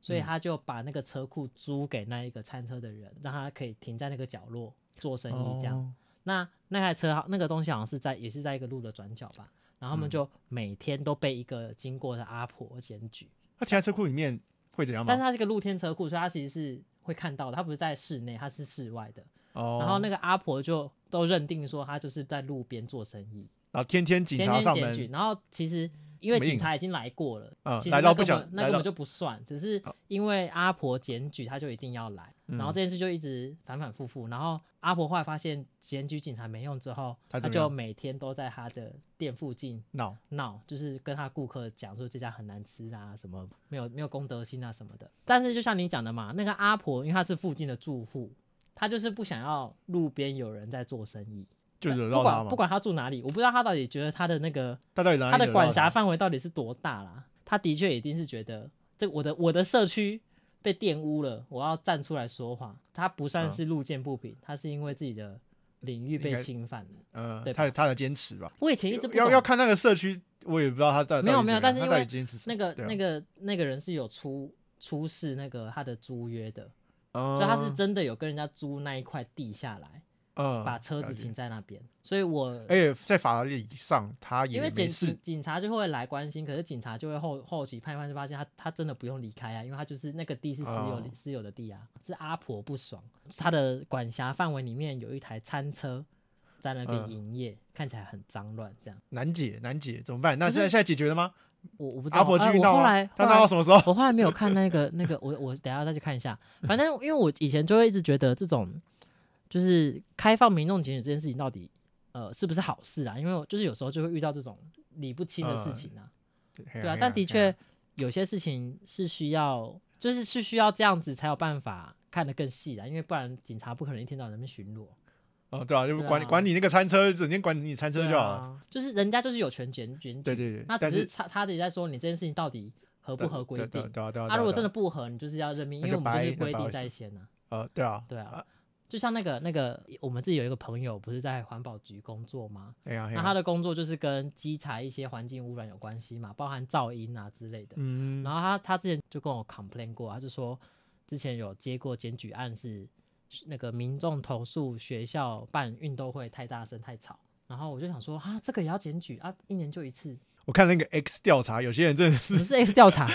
Speaker 2: 所以他就把那个车库租给那一个餐车的人，让他可以停在那个角落做生意这样。
Speaker 1: 哦
Speaker 2: 那那台车好那个东西好像是在也是在一个路的转角吧，然后他们就每天都被一个经过的阿婆检举，
Speaker 1: 那停在车库里面会怎样
Speaker 2: 但是
Speaker 1: 吗？
Speaker 2: 它是个露天车库，所以它其实是会看到的，它不是在室内，它是室外的。
Speaker 1: 哦，
Speaker 2: 然后那个阿婆就都认定说他就是在路边做生意，
Speaker 1: 然后天天警
Speaker 2: 天
Speaker 1: 察
Speaker 2: 天
Speaker 1: 上
Speaker 2: 检举
Speaker 1: 门，，
Speaker 2: 然后其实因为
Speaker 1: 怎么硬
Speaker 2: 警察已经来过了，
Speaker 1: 嗯
Speaker 2: 其实
Speaker 1: 来
Speaker 2: 那
Speaker 1: 到
Speaker 2: 根
Speaker 1: 不
Speaker 2: 本
Speaker 1: 想
Speaker 2: 那
Speaker 1: 来
Speaker 2: 根
Speaker 1: 到
Speaker 2: 本就不算，只是
Speaker 1: 好
Speaker 2: 因为阿婆检举他就一定要来，
Speaker 1: 嗯
Speaker 2: 然后这件事就一直反反复复，然后阿婆后来发现检举警察没用之后，
Speaker 1: 她
Speaker 2: 他
Speaker 1: 怎么
Speaker 2: 就
Speaker 1: 样
Speaker 2: 每天都在他的店附近
Speaker 1: 闹
Speaker 2: 闹，就是跟他顾客讲说这家很难吃啊，什么没有没有公德心啊什么的。但是就像你讲的嘛，那个阿婆因为她是附近的住户，她就是不想要路边有人在做生意，
Speaker 1: 就惹
Speaker 2: 不
Speaker 1: 到他
Speaker 2: 管不
Speaker 1: 嘛。
Speaker 2: 管她住哪里，我不知道她到底觉得她的那个
Speaker 1: 他到底哪里
Speaker 2: 她的
Speaker 1: 惹到
Speaker 2: 管辖
Speaker 1: 他
Speaker 2: 范围到底是多大啦。她的确一定是觉得这我的我的社区。被玷污了，我要站出来说话。她不算
Speaker 1: 嗯
Speaker 2: 是路见不平，她是因为自己的领域
Speaker 1: 应
Speaker 2: 被
Speaker 1: 该
Speaker 2: 侵犯了。
Speaker 1: 呃，
Speaker 2: 对
Speaker 1: 他他的坚持吧，
Speaker 2: 我以前一直不
Speaker 1: 要
Speaker 2: 懂
Speaker 1: 要看那个社区，我也不知道他到底
Speaker 2: 没有
Speaker 1: 到底
Speaker 2: 没
Speaker 1: 怎
Speaker 2: 有
Speaker 1: 样
Speaker 2: 但是
Speaker 1: 他
Speaker 2: 因
Speaker 1: 到底
Speaker 2: 为
Speaker 1: 坚持什么
Speaker 2: 那个、
Speaker 1: 对啊
Speaker 2: 那个那个人是有出出示那个他的租约的，
Speaker 1: 哦
Speaker 2: 所以他是真的有跟人家租那一块地下来，
Speaker 1: 嗯
Speaker 2: 把车子
Speaker 1: 了解
Speaker 2: 停在那边。所以我
Speaker 1: 而且在法律上他也
Speaker 2: 因为
Speaker 1: 没
Speaker 2: 检
Speaker 1: 事
Speaker 2: 警警察就会来关心，可是警察就会后后期判断就发现他他真的不用离开啊，因为他就是那个地是私有
Speaker 1: 哦
Speaker 2: 里、私有的地啊，是阿婆不爽，他的管辖范围里面有一台餐车在那边
Speaker 1: 嗯
Speaker 2: 营业，看起来很脏乱这样。
Speaker 1: 难解难解怎么办？那
Speaker 2: 可是
Speaker 1: 现在现在解决了吗？
Speaker 2: 我我不知道
Speaker 1: 阿婆
Speaker 2: 啊
Speaker 1: 去
Speaker 2: 我
Speaker 1: 闹
Speaker 2: 后
Speaker 1: 啊
Speaker 2: 来
Speaker 1: 他
Speaker 2: 后
Speaker 1: 闹
Speaker 2: 来
Speaker 1: 到什么时 [laughs] 候？
Speaker 2: 我后来没有看那个 [laughs] 那个，我我等一下再去看一下。反正因为我以前就会一直觉得这种就是开放民众检举这件事情到底呃是不是好事啊？因为我就是有时候就会遇到这种理不清的事情啊，
Speaker 1: 对
Speaker 2: 对啊。但
Speaker 1: 哎
Speaker 2: 的确有些事情是需要，就是是需要这样子才有办法看得更细的，因为不然警察不可能一天到晚在那边巡逻。
Speaker 1: 哦，对啊，就
Speaker 2: 对啊
Speaker 1: 管管理那个餐车，整天管理你餐车就好了。
Speaker 2: 啊，就是人家就是有权检举，
Speaker 1: 对对对，
Speaker 2: 啊那只
Speaker 1: 但
Speaker 2: 是
Speaker 1: 是
Speaker 2: 他他自己在说你这件事情到底合不合规
Speaker 1: 对对
Speaker 2: 定
Speaker 1: 对。对啊对啊对
Speaker 2: 啊，
Speaker 1: 啊，
Speaker 2: 如果真的
Speaker 1: 对啊
Speaker 2: 不合，你就是要认命，
Speaker 1: 那
Speaker 2: 因为
Speaker 1: 就
Speaker 2: 我们就
Speaker 1: 掰
Speaker 2: 是
Speaker 1: 那
Speaker 2: 规
Speaker 1: 不好
Speaker 2: 定
Speaker 1: 意思
Speaker 2: 在先啊。
Speaker 1: 呃，对啊，
Speaker 2: 对啊，就像那个那个，我们自己有一个朋友不是在环保局工作吗？
Speaker 1: 哎呀，哎
Speaker 2: 那
Speaker 1: 呀
Speaker 2: 他的工作就是跟基材一些环境污染有关系嘛，包含噪音啊之类的。
Speaker 1: 嗯，
Speaker 2: 然后他他之前就跟我 complain 过，他就说之前有接过检举案是那个民众投诉学校办运动会太大声太吵，然后我就想说啊，这个也要检举啊，一年就一
Speaker 1: [laughs]
Speaker 2: 次，
Speaker 1: 我看那个 X 调查，有些人真的
Speaker 2: 不
Speaker 1: 是，
Speaker 2: 是 X 调查，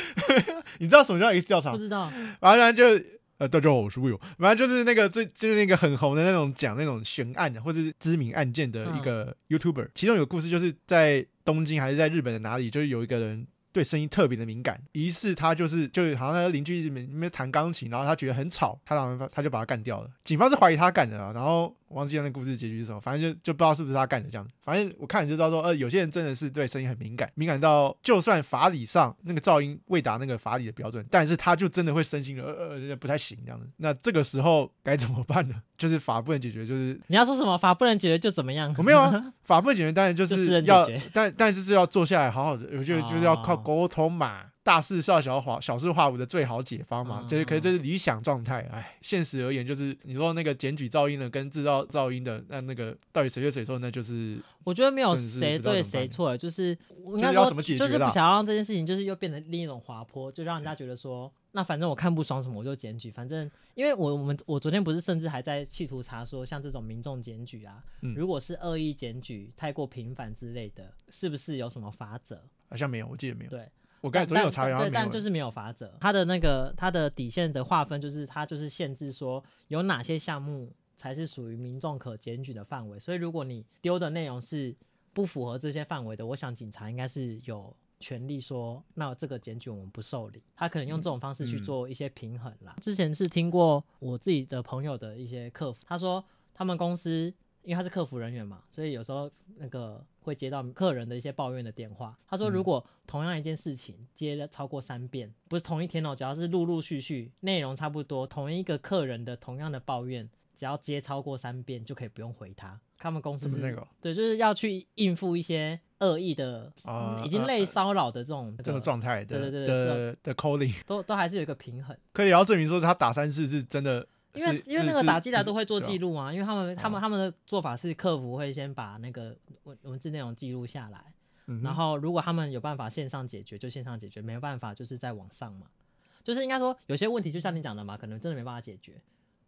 Speaker 1: 你知道什么叫 X 调查
Speaker 2: 不
Speaker 1: 吗？
Speaker 2: 知道
Speaker 1: 反正就。呃，大家好，我是 Will。反正就是那个最就是那个很红的那种讲那种悬案或者是知名案件的一个
Speaker 2: 嗯
Speaker 1: YouTuber，、其中有个故事就是在东京还是在日本的哪里，就是有一个人对声音特别的敏感，于是他就是就是好像他的邻居里面里面弹钢琴，然后他觉得很吵，他然后他就把他干掉了。警方是怀疑他干的啊，然后我忘记那个故事结局是什么，反正就就不知道是不是他干的这样。反正我看你就知道说，呃，有些人真的是对声音很敏感，敏感到就算法理上那个噪音未达那个法理的标准，但是他就真的会身心的呃呃呃不太行这样子。那这个时候该怎么办呢？就是法不能解决，就是
Speaker 2: 你要说什么法不能解决就怎么样？
Speaker 1: 我没有啊， [laughs] 法不能解决，当然就
Speaker 2: [laughs] 就私
Speaker 1: 是
Speaker 2: 人解
Speaker 1: 要
Speaker 2: 决，
Speaker 1: 但但是是要坐下来好好的，我觉得就是要靠
Speaker 2: 哦
Speaker 1: 沟通嘛，大事化小化，小事化无的最好解方
Speaker 2: 哦
Speaker 1: 嘛，就是可是这是理想状态，哎，现实而言就是你说那个检举噪音的跟制造噪音的，那那个到底谁对谁错，那就是
Speaker 2: 我觉得没有
Speaker 1: 真的是
Speaker 2: 谁
Speaker 1: 不知道
Speaker 2: 对
Speaker 1: 怎么
Speaker 2: 谁
Speaker 1: 办
Speaker 2: 错，就是我应
Speaker 1: 就
Speaker 2: 该
Speaker 1: 是要
Speaker 2: 说
Speaker 1: 怎么解
Speaker 2: 就
Speaker 1: 决
Speaker 2: 是不
Speaker 1: 啦
Speaker 2: 想让这件事情就是又变成另一种滑坡，就让人家觉得说，那反正我看不爽什么我就检举，反正因为我我们我昨天不是甚至还在企图查说，像这种民众检举啊，
Speaker 1: 嗯
Speaker 2: 如果是恶意检举、太过频繁之类的，是不是有什么法则？
Speaker 1: 好像没有，我记得没有。
Speaker 2: 对，
Speaker 1: 我刚才昨天有查，
Speaker 2: 但
Speaker 1: 然后
Speaker 2: 对，
Speaker 1: 没有
Speaker 2: 但就
Speaker 1: 欸。
Speaker 2: 是没有法则，它的那个它的底线的划分就是它就是限制说有哪些项目才是属于民众可检举的范围，所以如果你丢的内容是不符合这些范围的，我想警察应该是有。权利说，那这个检举我们不受理，他可能用这种方式去
Speaker 1: 嗯
Speaker 2: 做一些平衡啦。之前是听过我自己的朋友的一些客服，他说他们公司因为他是客服人员嘛，所以有时候那个会接到客人的一些抱怨的电话。他说，
Speaker 1: 嗯
Speaker 2: 如果同样一件事情接了超过三遍，不是同一天哦，只要是陆陆续续内容差不多，同一个客人的同样的抱怨，只要接超过三遍就可以不用回他。他们公司
Speaker 1: 这么
Speaker 2: 是
Speaker 1: 那个哦
Speaker 2: 对，就是要去应付一些恶意的、嗯
Speaker 1: 啊
Speaker 2: 已经类骚扰的这种
Speaker 1: 这种状态的
Speaker 2: 对对对
Speaker 1: 的的 calling，
Speaker 2: 都都还是有一个平衡。
Speaker 1: 可以要证明说他打三次是真的是，
Speaker 2: 因为因为那个
Speaker 1: 是
Speaker 2: 打击打都会做
Speaker 1: 对啊
Speaker 2: 记录啊，因为他们他们
Speaker 1: 哦
Speaker 2: 他们的做法是客服会先把那个文文字内容记录下来，
Speaker 1: 嗯哼
Speaker 2: 然后如果他们有办法线上解决就线上解决，没有办法就是在网上嘛，就是应该说有些问题就像你讲的嘛，可能真的没办法解决，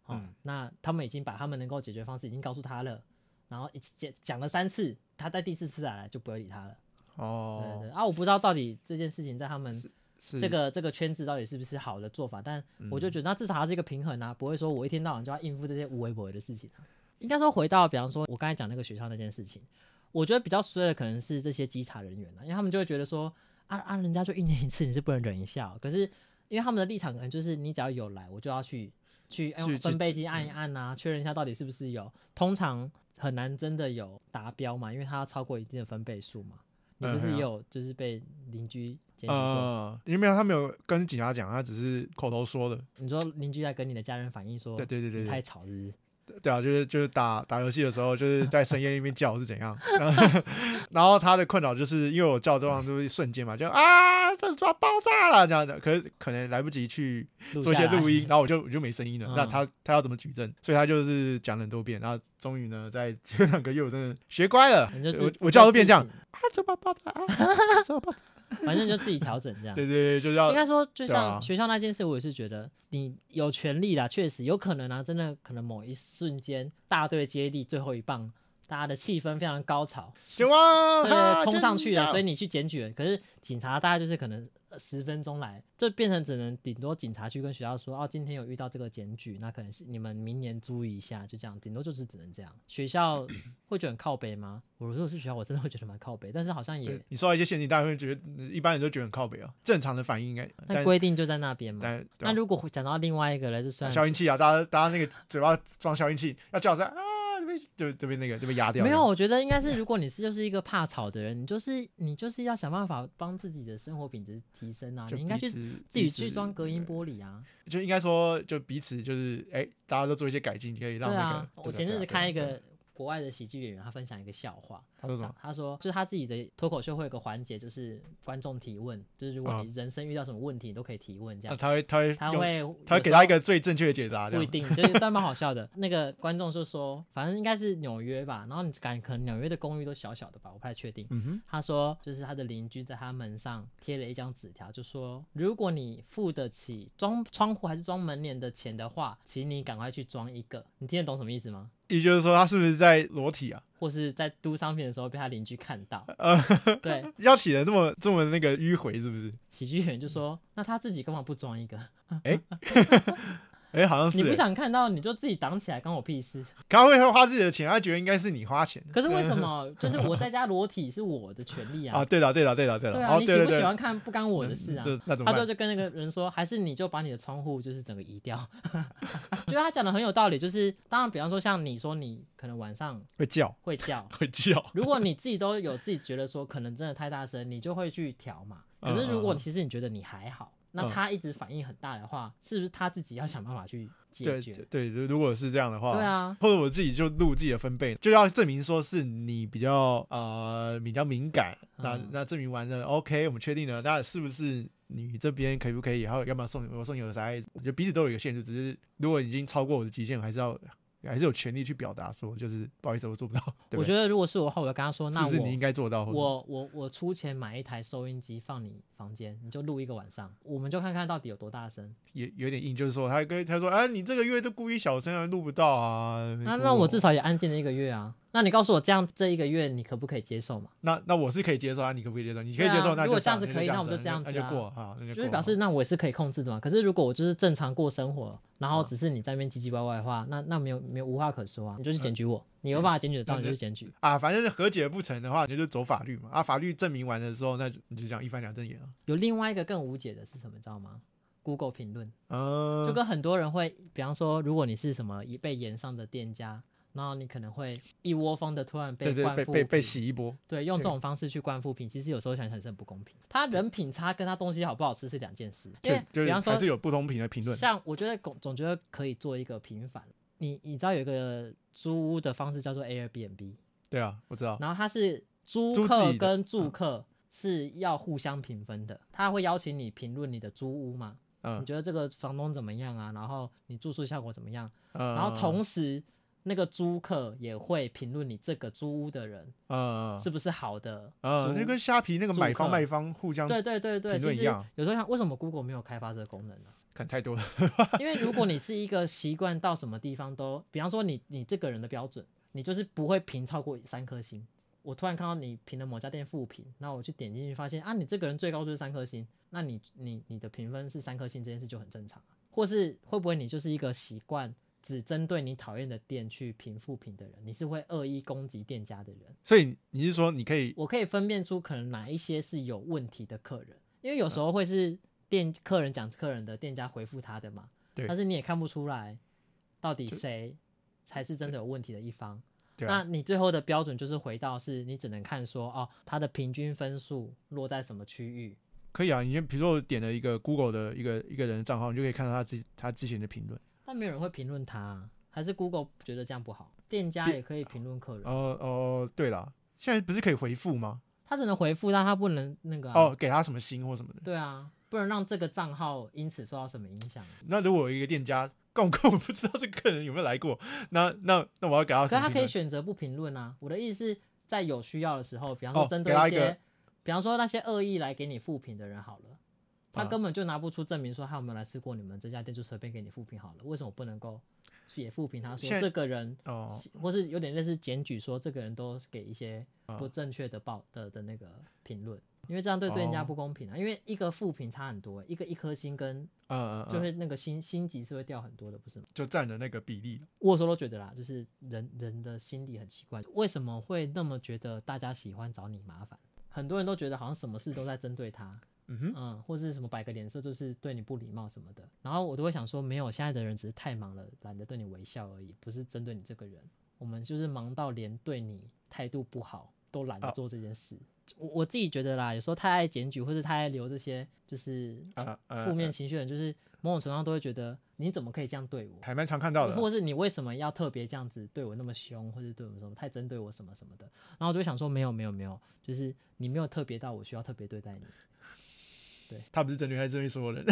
Speaker 2: 哦，
Speaker 1: 嗯
Speaker 2: 那他们已经把他们能够解决方式已经告诉他了，然后一次讲讲了三次，他在第四次再来就不会理他了，对对
Speaker 1: 哦，
Speaker 2: 对啊，我不知道到底这件事情在他们
Speaker 1: 是呃嗯
Speaker 2: 这个这个圈子到底是不是好的做法，但我就觉得那至少它是一个平衡啊，不会说我一天到晚就要应付这些无微不微的事情、啊。应该说回到比方说我刚才讲那个学校那件事情，我觉得比较衰的可能是这些稽查人员啊，因为他们就会觉得说啊啊，人家就一年一次，你是不能忍一下哦、可是因为他们的立场可能就是你只要有来，我就要去去哎
Speaker 1: 去嗯
Speaker 2: 分
Speaker 1: 去
Speaker 2: 贝机按一按啊，确认一下到底是不是有，通常很难真的有达标嘛，因为它要超过一定的分贝数嘛。你
Speaker 1: 嗯
Speaker 2: 不是
Speaker 1: 嘿
Speaker 2: 也
Speaker 1: 啊
Speaker 2: 有就是被邻居检举过？
Speaker 1: 呃，因为没有他没有跟警察讲，他只是口头说的。
Speaker 2: 你说邻居在跟你的家人反映说，
Speaker 1: 对对对对
Speaker 2: 你
Speaker 1: 对，
Speaker 2: 太吵是不是？
Speaker 1: 对啊，就是就是打打游戏的时候，就是在深夜那边叫是怎样， [laughs] 然后然后他的困扰就是因为我叫对方都是瞬间嘛，就啊，这抓爆炸了这样的，可是可能来不及去做一些
Speaker 2: 下来
Speaker 1: 录
Speaker 2: [laughs]
Speaker 1: 音，然后我就我就没声音了。
Speaker 2: 嗯
Speaker 1: 那他他要怎么举证？所以他就是讲了很多遍，然后终于呢，在这两个月我真的学乖了
Speaker 2: 你就，
Speaker 1: 我
Speaker 2: 自
Speaker 1: 我叫都变这，样
Speaker 2: 自己
Speaker 1: 啊，怎么爆炸啊，怎么爆炸？
Speaker 2: [laughs] 反正就自己调整这样。
Speaker 1: 对对对，就是
Speaker 2: 应
Speaker 1: 要
Speaker 2: 该说，就
Speaker 1: 对啊
Speaker 2: 像学校那件事，我也是觉得你有权利啦，确实有可能啊，真的可能某一瞬间大队接力最后一棒，大家的气氛非常高潮，
Speaker 1: 就哇，
Speaker 2: [laughs] 对
Speaker 1: 哈
Speaker 2: 冲上去啊了，所以
Speaker 1: 真的
Speaker 2: 你去检举了。可是警察大概就是可能呃十分钟来，就变成只能顶多警察去跟学校说，哦，今天有遇到这个检举，那可能是你们明年注意一下，就这样，顶多就是只能这样。学校会觉得很靠北吗？我如果是学校，我真的会觉得蛮靠北，但是好像也
Speaker 1: 对你受到一些限制，大家会觉得一般人都觉得很靠北啊，正常的反应应该，
Speaker 2: 那
Speaker 1: 但
Speaker 2: 规定就在那边嘛。
Speaker 1: 但对啊
Speaker 2: 嗯那如果讲到另外一个人，就虽然
Speaker 1: 消音器啊，大家大家那个嘴巴装消音器，要叫声啊，这边就这边那个就被压掉。
Speaker 2: 没有，，我觉得应该是，如果你是就是一个怕吵的人，你就是你就是要想办法帮自己的生活品质提升啊，
Speaker 1: 就
Speaker 2: 你应该
Speaker 1: 彼
Speaker 2: 去
Speaker 1: 此
Speaker 2: 自己
Speaker 1: 彼
Speaker 2: 去
Speaker 1: 此
Speaker 2: 装隔音玻璃啊。
Speaker 1: 就应该说就彼此就是哎，大家都做一些改进，可以让
Speaker 2: 对
Speaker 1: 那
Speaker 2: 啊
Speaker 1: 个。，
Speaker 2: 我
Speaker 1: 对
Speaker 2: 前阵子看一，
Speaker 1: 对啊对啊对啊
Speaker 2: 个国外的喜剧演员，他分享一个笑话，
Speaker 1: 他说什
Speaker 2: 他
Speaker 1: 么？
Speaker 2: 他说就是他自己的脱口秀会有个环节，就是观众提问，就是如果
Speaker 1: 啊
Speaker 2: 你人生遇到什么问题，你都可以提问这
Speaker 1: 那
Speaker 2: 样。
Speaker 1: 他会他会
Speaker 2: 他
Speaker 1: 用
Speaker 2: 会
Speaker 1: 他会
Speaker 2: 有
Speaker 1: 给
Speaker 2: 时
Speaker 1: 他
Speaker 2: 候
Speaker 1: 一个最正确的解答，这
Speaker 2: 不一
Speaker 1: 样
Speaker 2: 定，就是但蛮好笑的。 [laughs] 那个观众就说，反正应该是纽约吧，然后你感可能纽约的公寓都小小的吧，我不太确定。
Speaker 1: 嗯哼，
Speaker 2: 他说，就是他的邻居在他门上贴了一张纸条，就说如果你付得起装窗户还是装门帘的钱的话，请你赶快去装一个。你听得懂什么意思吗？
Speaker 1: 也就是说他是不是在裸体啊？
Speaker 2: 或是在嘟商品的时候被他邻居看到。
Speaker 1: [laughs] 呃，
Speaker 2: 对，
Speaker 1: 要起得这么这么那个迂回是不是？嗯
Speaker 2: 喜剧演员就说：“那他自己干嘛不装一个？”
Speaker 1: 诶哎、好像是
Speaker 2: 你不
Speaker 1: 欸，
Speaker 2: 想看到你就自己挡起来，关我
Speaker 1: [laughs]
Speaker 2: 屁事。
Speaker 1: 他会花自己的钱，他觉得应该是你花钱
Speaker 2: 可是为
Speaker 1: [laughs]
Speaker 2: 什么？就是我在家裸体是我的权利
Speaker 1: 啊。
Speaker 2: 啊。
Speaker 1: 对了，对了，对了，对了，
Speaker 2: 对
Speaker 1: 哦
Speaker 2: 啊，，你
Speaker 1: 对
Speaker 2: 喜
Speaker 1: 对
Speaker 2: 不
Speaker 1: 对嗯
Speaker 2: 喜，欢看不干我的事啊。
Speaker 1: 对，那怎么
Speaker 2: 他之后
Speaker 1: 办？
Speaker 2: 就跟那个人说，还是你就把你的窗户就是整个移掉。 [laughs] 觉得他讲的很有道理，就是当然，比方说像你说你可能晚上
Speaker 1: 会叫， [laughs]
Speaker 2: 会叫，
Speaker 1: 会叫，
Speaker 2: 如果你自己都有自己觉得说可能真的太大声，你就会去调嘛。可是
Speaker 1: 嗯
Speaker 2: 如果其实你觉得你还好，那他一直反应很大的话，是不是他自己要想办法去解
Speaker 1: 对
Speaker 2: 决？
Speaker 1: 对对，如果是这样的话，
Speaker 2: 对啊，
Speaker 1: 或者我自己就录自己的分贝，就要证明说是你比较呃比较敏感。那
Speaker 2: 嗯
Speaker 1: 那证明完了，OK，我们确定了，那是不是你这边可以不可以？还有要不要送我送你耳塞？我觉得彼此都有一个限制，只是如果已经超过我的极限，我还是要还是有权利去表达说，就是不好意思，我做不到。哦对不
Speaker 2: 我
Speaker 1: 对
Speaker 2: 觉得如果是我的话，我要跟他说， [laughs] 那
Speaker 1: 是
Speaker 2: 我
Speaker 1: 不是你应该做到？或者
Speaker 2: 我我我出钱买一台收音机放你房间，你就录一个晚上，我们就看看到底有多大声。
Speaker 1: 也有点硬，就是说他跟他说啊，你这个月都故意小声啊，录不到啊。
Speaker 2: 那
Speaker 1: 你
Speaker 2: 那我
Speaker 1: 故意
Speaker 2: 至少也安静了一个月啊。那你告诉我这样这一个月你可不可以接受嘛？
Speaker 1: 那那我是可以接受啊，你可不可以接受？你可以
Speaker 2: 对啊
Speaker 1: 接受，那就
Speaker 2: 如果这
Speaker 1: 上
Speaker 2: 样子
Speaker 1: 那
Speaker 2: 可以
Speaker 1: 就
Speaker 2: 那我们
Speaker 1: 上
Speaker 2: 就这样
Speaker 1: 那
Speaker 2: 子
Speaker 1: 就
Speaker 2: 啊
Speaker 1: 过啊，那就
Speaker 2: 就
Speaker 1: 过
Speaker 2: 是表
Speaker 1: 啊
Speaker 2: 示那我也是可以控制的嘛。可是如果我就是正常过生活，然后
Speaker 1: 嗯
Speaker 2: 只是你在那边唧唧歪歪的话，那那没有没有无话可说啊，你就去检举我，你有办法检举得
Speaker 1: 嗯
Speaker 2: 到你就去检举。
Speaker 1: 啊，反正和解不成的话，你就走法律嘛。啊，法律证明完的时候，那就你就这样一翻两瞪眼了。
Speaker 2: 有另外一个更无解的是什么，你知道吗？Google 评论，
Speaker 1: 嗯，
Speaker 2: 就跟很多人会，比方说，如果你是什么一被延上的店家，然后你可能会一窝蜂的突然
Speaker 1: 对
Speaker 2: 被
Speaker 1: 对
Speaker 2: 灌
Speaker 1: 被
Speaker 2: 负
Speaker 1: 被被
Speaker 2: 评
Speaker 1: 洗一波，
Speaker 2: 对，用这
Speaker 1: 对
Speaker 2: 种方式去灌负评，其实有时候想想是很不公平。他人品差跟他东西好不好吃是两件事，因为
Speaker 1: 确就
Speaker 2: 比
Speaker 1: 是
Speaker 2: 方说
Speaker 1: 还是有不同频的评论。
Speaker 2: 像我觉得总总觉得可以做一个平反。你你知道有一个租屋的方式叫做 Airbnb，
Speaker 1: 对啊，我知道。
Speaker 2: 然后它是租
Speaker 1: 租自
Speaker 2: 客
Speaker 1: 己的嗯
Speaker 2: 跟住客是要互相评分的，他会邀请你评论你的租屋嘛，你
Speaker 1: 嗯
Speaker 2: 觉得这个房东怎么样啊？然后你住宿效果怎么样？
Speaker 1: 嗯，
Speaker 2: 然后同时那个租客也会评论你这个租屋的人
Speaker 1: 嗯嗯
Speaker 2: 是不是好的
Speaker 1: 嗯，就
Speaker 2: 租
Speaker 1: 跟虾皮那个买方
Speaker 2: 租客
Speaker 1: 卖方互相
Speaker 2: 对对对对，
Speaker 1: 评
Speaker 2: 其
Speaker 1: 论
Speaker 2: 实
Speaker 1: 一样
Speaker 2: 有时候想，为什么 Google 没有开发这个功能呢、
Speaker 1: 看太多了。 [laughs]
Speaker 2: 因为如果你是一个习惯到什么地方都，比方说你你这个人的标准，你就是不会评超过三颗星。我突然看到你评了某家店负评，那我去点进去发现啊，你这个人最高就是三颗星，那你你你的评分是三颗星这件事就很正常啊。或是会不会你就是一个习惯只针对你讨厌的店去评负评的人，你是会恶意攻击店家的人？
Speaker 1: 所以你是说你可以
Speaker 2: 我可以分辨出可能哪一些是有问题的客人，因为有
Speaker 1: 嗯
Speaker 2: 时候会是店客人讲客人的，店家回复他的嘛。
Speaker 1: 对
Speaker 2: 但是你也看不出来到底谁才是真的有问题的一方。
Speaker 1: 对
Speaker 2: 那
Speaker 1: 啊？
Speaker 2: 你最后的标准就是回到是你只能看说哦，他的平均分数落在什么区域。
Speaker 1: 可以啊，你就比如说我点了一个 Google 的一个一个人的账号，你就可以看到他之他之前的评论。
Speaker 2: 但没有人会评论他啊、还是 Google 觉得这样不好。店家也可以评论客人，
Speaker 1: 哦哦，对了，现在不是可以回复吗？
Speaker 2: 他只能回复，但他不能那个、啊。
Speaker 1: 哦，给他什么星或什么的。
Speaker 2: 对啊，不能让这个账号因此受到什么影响。啊
Speaker 1: 那如果有一个店家，但我根本不知道这个客人有没有来过，那那那我要给他什
Speaker 2: 可
Speaker 1: 么
Speaker 2: 是他
Speaker 1: 评
Speaker 2: 可以
Speaker 1: 论
Speaker 2: 选择不评论啊。我的意思是在有需要的时候，比方说
Speaker 1: 哦
Speaker 2: 针
Speaker 1: 给
Speaker 2: 对
Speaker 1: 他一
Speaker 2: 些，
Speaker 1: 个
Speaker 2: 比方说那些恶意来给你复评的人好了，他
Speaker 1: 啊
Speaker 2: 根本就拿不出证明说他有没有来吃过你们这家店，就随便给你复评好了。为什么不能够也复评他
Speaker 1: 现
Speaker 2: 说
Speaker 1: 在
Speaker 2: 这个人，
Speaker 1: 哦，
Speaker 2: 或是有点类似检举说这个人都是给一些
Speaker 1: 啊
Speaker 2: 不正确的报的的那个评论？因为这样对对人家
Speaker 1: 哦
Speaker 2: 不公平啊！因为一个复评差很多，一个一颗星跟
Speaker 1: 嗯嗯，
Speaker 2: 就
Speaker 1: 嗯
Speaker 2: 是那个星星级是会掉很多的，不是吗？
Speaker 1: 就占了那个比例。
Speaker 2: 我有时候都觉得啦，就是人人的心理很奇怪，为什么会那么觉得大家喜欢找你麻烦？很多人都觉得好像什么事都在针对他，
Speaker 1: 嗯哼，
Speaker 2: 嗯，或是什么摆个脸色就是对你不礼貌什么的。然后我都会想说，没有，现在的人只是太忙了，懒得对你微笑而已，不是针对你这个人。我们就是忙到连对你态度不好都懒得
Speaker 1: 啊
Speaker 2: 做这件事。我我自己觉得啦，有时候太爱检举或者太爱留这些就是
Speaker 1: 啊啊，
Speaker 2: 嗯负面情绪的人，就是某种程度上都会觉得你怎么可以这样对我？
Speaker 1: 还蛮常看到的
Speaker 2: 或者是你为什么要特别这样子对我那么凶，或者对我什么太针对我什么什么的，然后我就会想说没有没有没有，就是你没有特别到我需要特别对待你，
Speaker 1: 他不是针对，他是针对所有人。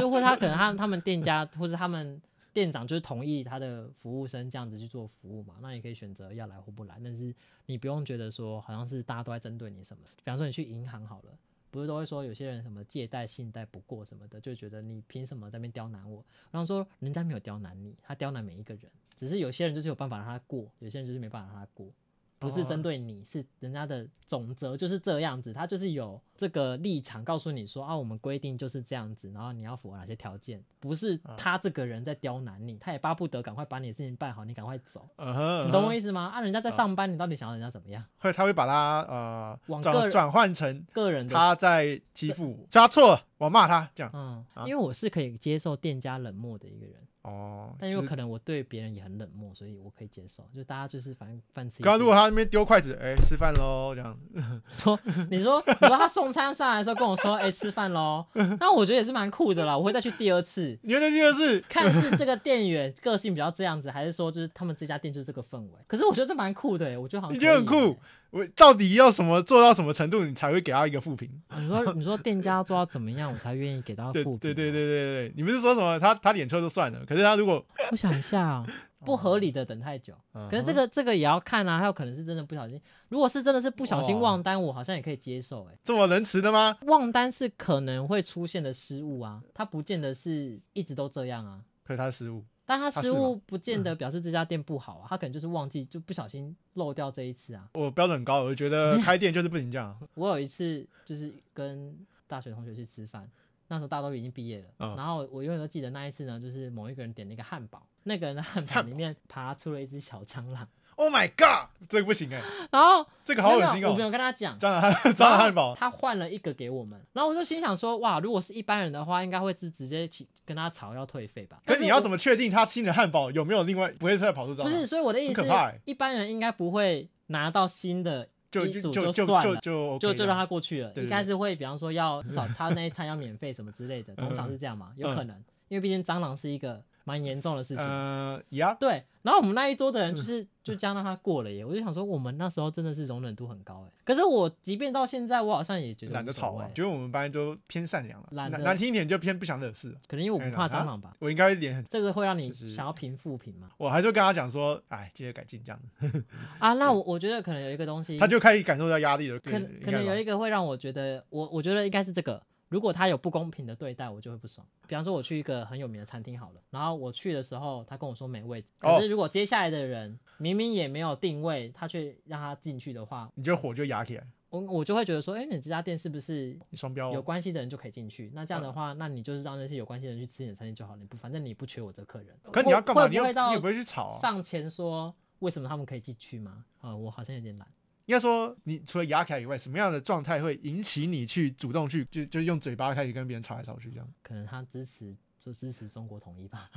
Speaker 2: 就或者他可能他他们店家或是他们店长就是同意他的服务生这样子去做服务嘛，那你可以选择要来或不来，但是你不用觉得说好像是大家都在针对你什么，比方说你去银行好了。不是都会说有些人什么借贷信贷不过什么的，就觉得你凭什么在那边刁难我？然后说人家没有刁难你，他刁难每一个人，只是有些人就是有办法让他过，有些人就是没办法让他过。不是
Speaker 1: 哦
Speaker 2: 针对你，是人家的总则就是这样子，他就是有这个立场告诉你说啊，我们规定就是这样子，然后你要符合哪些条件，不是
Speaker 1: 啊
Speaker 2: 他这个人在刁难你，他也巴不得赶快把你的事情办好，你赶快走，
Speaker 1: 嗯哼，
Speaker 2: 你懂我
Speaker 1: 思？
Speaker 2: 意思吗？啊，人家在
Speaker 1: 啊
Speaker 2: 上班，你到底想要人家怎么样？
Speaker 1: 会他会把它呃
Speaker 2: 往个
Speaker 1: 转
Speaker 2: 人
Speaker 1: 转换成
Speaker 2: 个人的
Speaker 1: 他在欺负我，所以他错了，我骂他这样。
Speaker 2: 嗯
Speaker 1: 啊，
Speaker 2: 因为我是可以接受店家冷漠的一个人，
Speaker 1: 哦，
Speaker 2: 但因
Speaker 1: 就
Speaker 2: 为
Speaker 1: 是
Speaker 2: 可能我对别人也很冷漠，所以我可以接受。就大家就是反正饭吃一
Speaker 1: 刚刚
Speaker 2: 次
Speaker 1: 如果他那边丢筷子，哎、吃饭喽这样。
Speaker 2: 说，你说你说他送餐上来的时候跟我说，哎、吃饭喽，
Speaker 1: [laughs]
Speaker 2: 那我觉得也是蛮酷的啦，我会再去第二次。
Speaker 1: 你的第二次
Speaker 2: 看是这个店员个性比较这样子，还是说就是他们这家店就是这个氛围？可是我觉得这蛮酷的耶，欸我觉得好像
Speaker 1: 你觉得
Speaker 2: 可以
Speaker 1: 很
Speaker 2: 耶
Speaker 1: 酷、我到底要什么做到什么程度，你才会给他一个负评？
Speaker 2: 啊你说你说店家做到怎么样，我才愿意给到
Speaker 1: [laughs] 对
Speaker 2: 负评、
Speaker 1: 对
Speaker 2: 啊
Speaker 1: 对对，对对，你不是说什么他他脸臭就算了，可是他如果
Speaker 2: 我想一下、
Speaker 1: [laughs]
Speaker 2: 哦，不合理的等太久。可是这
Speaker 1: 个
Speaker 2: 个这个也要看啊，还有可能是真的不小心。如果是真的是不小心
Speaker 1: 哇
Speaker 2: 忘单，我好像也可以接受、欸。
Speaker 1: 这么仁慈的吗？
Speaker 2: 忘单是可能会出现的失误啊，它不见得是一直都这样啊。
Speaker 1: 可是他失误，
Speaker 2: 但它
Speaker 1: 它
Speaker 2: 失
Speaker 1: 啊是吗嗯
Speaker 2: 误不见得表示这家店不好啊，它可能就是忘记，就不小心漏掉这一次啊。
Speaker 1: 我标准很高，我就觉
Speaker 2: [laughs]
Speaker 1: 得开店就是不能这样。
Speaker 2: 我有一次就是跟大学同学去吃饭，那时候大家都已经毕业了，
Speaker 1: 嗯
Speaker 2: 然后我永远都记得那一次呢，就是某一个人点了一个汉堡，那个人的汉堡
Speaker 1: 汉堡
Speaker 2: 里面爬出了一只小蟑螂，
Speaker 1: Oh my god，这个不行哎、
Speaker 2: 然后
Speaker 1: 这个好恶
Speaker 2: 没有
Speaker 1: 心
Speaker 2: 没有
Speaker 1: 哦、
Speaker 2: 我没有啊跟他讲，
Speaker 1: 蟑螂汉蟑螂汉
Speaker 2: 然后
Speaker 1: 堡，
Speaker 2: 他换了一个给我们，然后我就心想说，哇，如果是一般人的话，应该会是直接起跟他吵要退费吧。
Speaker 1: 可是你要怎
Speaker 2: 么？
Speaker 1: 么确定他亲的汉堡有没有另外不会再跑出蟑螂？
Speaker 2: 不是，所以我的意思
Speaker 1: 很
Speaker 2: 是
Speaker 1: 可怕欸，
Speaker 2: 一般人应该不会拿到新的
Speaker 1: 就
Speaker 2: 一
Speaker 1: 就
Speaker 2: 组
Speaker 1: 就就
Speaker 2: 算
Speaker 1: 就
Speaker 2: 了。
Speaker 1: 就 OK
Speaker 2: 就就
Speaker 1: 了
Speaker 2: 让他过去了，
Speaker 1: 对对
Speaker 2: 应该是会，比方说要至少他那一餐要免费什么之
Speaker 1: [laughs]
Speaker 2: 类的，通
Speaker 1: 嗯
Speaker 2: 常是这样嘛，有可能，因为毕竟蟑螂是一个蛮严重的事情，
Speaker 1: 呃呀，
Speaker 2: 对。然后我们那一桌的
Speaker 1: [laughs]
Speaker 2: 人就是就这样让他过了耶，我就想说我们那时候真的是容忍度很高哎，可是我即便到现在，我好像也觉得
Speaker 1: 懒得
Speaker 2: 无所
Speaker 1: 吵啊
Speaker 2: 谓，
Speaker 1: 觉得我们班都偏善良了，
Speaker 2: 懒
Speaker 1: 难
Speaker 2: 得
Speaker 1: 难听一点就偏不想惹事了。
Speaker 2: 可能因为我不怕蟑螂吧，
Speaker 1: 我应该脸很，
Speaker 2: 这个会让你
Speaker 1: 就是
Speaker 2: 想要平复平嘛？
Speaker 1: 我还是会跟他讲说，哎，记得改进这样子，
Speaker 2: 啊，那我我觉得可能有一个东西，
Speaker 1: 他就开始感受到压力了。
Speaker 2: 嗯可
Speaker 1: 对
Speaker 2: 可能有，
Speaker 1: 应
Speaker 2: 一个会让我觉得，我我觉得应该是这个。如果他有不公平的对待，我就会不爽。比方说，我去一个很有名的餐厅好了，然后我去的时候，他跟我说没位置。
Speaker 1: 哦
Speaker 2: 可是如果接下来的人明明也没有定位，他却让他进去的话，
Speaker 1: 你就火就压起来，
Speaker 2: 我我就会觉得说，哎、你这家店是不是
Speaker 1: 你双标哦嗯
Speaker 2: 有关系的人就可以进去？那这样的话，那你就是让那些有关系的人去吃你的餐厅就好了，你不反正你不缺我这客人。
Speaker 1: 可你要干嘛？
Speaker 2: 会
Speaker 1: 你
Speaker 2: 会不
Speaker 1: 又
Speaker 2: 会到
Speaker 1: 你也不会去吵啊。
Speaker 2: 上前说为什么他们可以进去吗？啊、我好像有点懒。
Speaker 1: 应该说，你除了压起来以外，什么样的状态会引起你去主动去就就用嘴巴开始跟别人吵来吵去这样？
Speaker 2: 可能他支持就支持中国统
Speaker 1: [laughs]
Speaker 2: 一吧，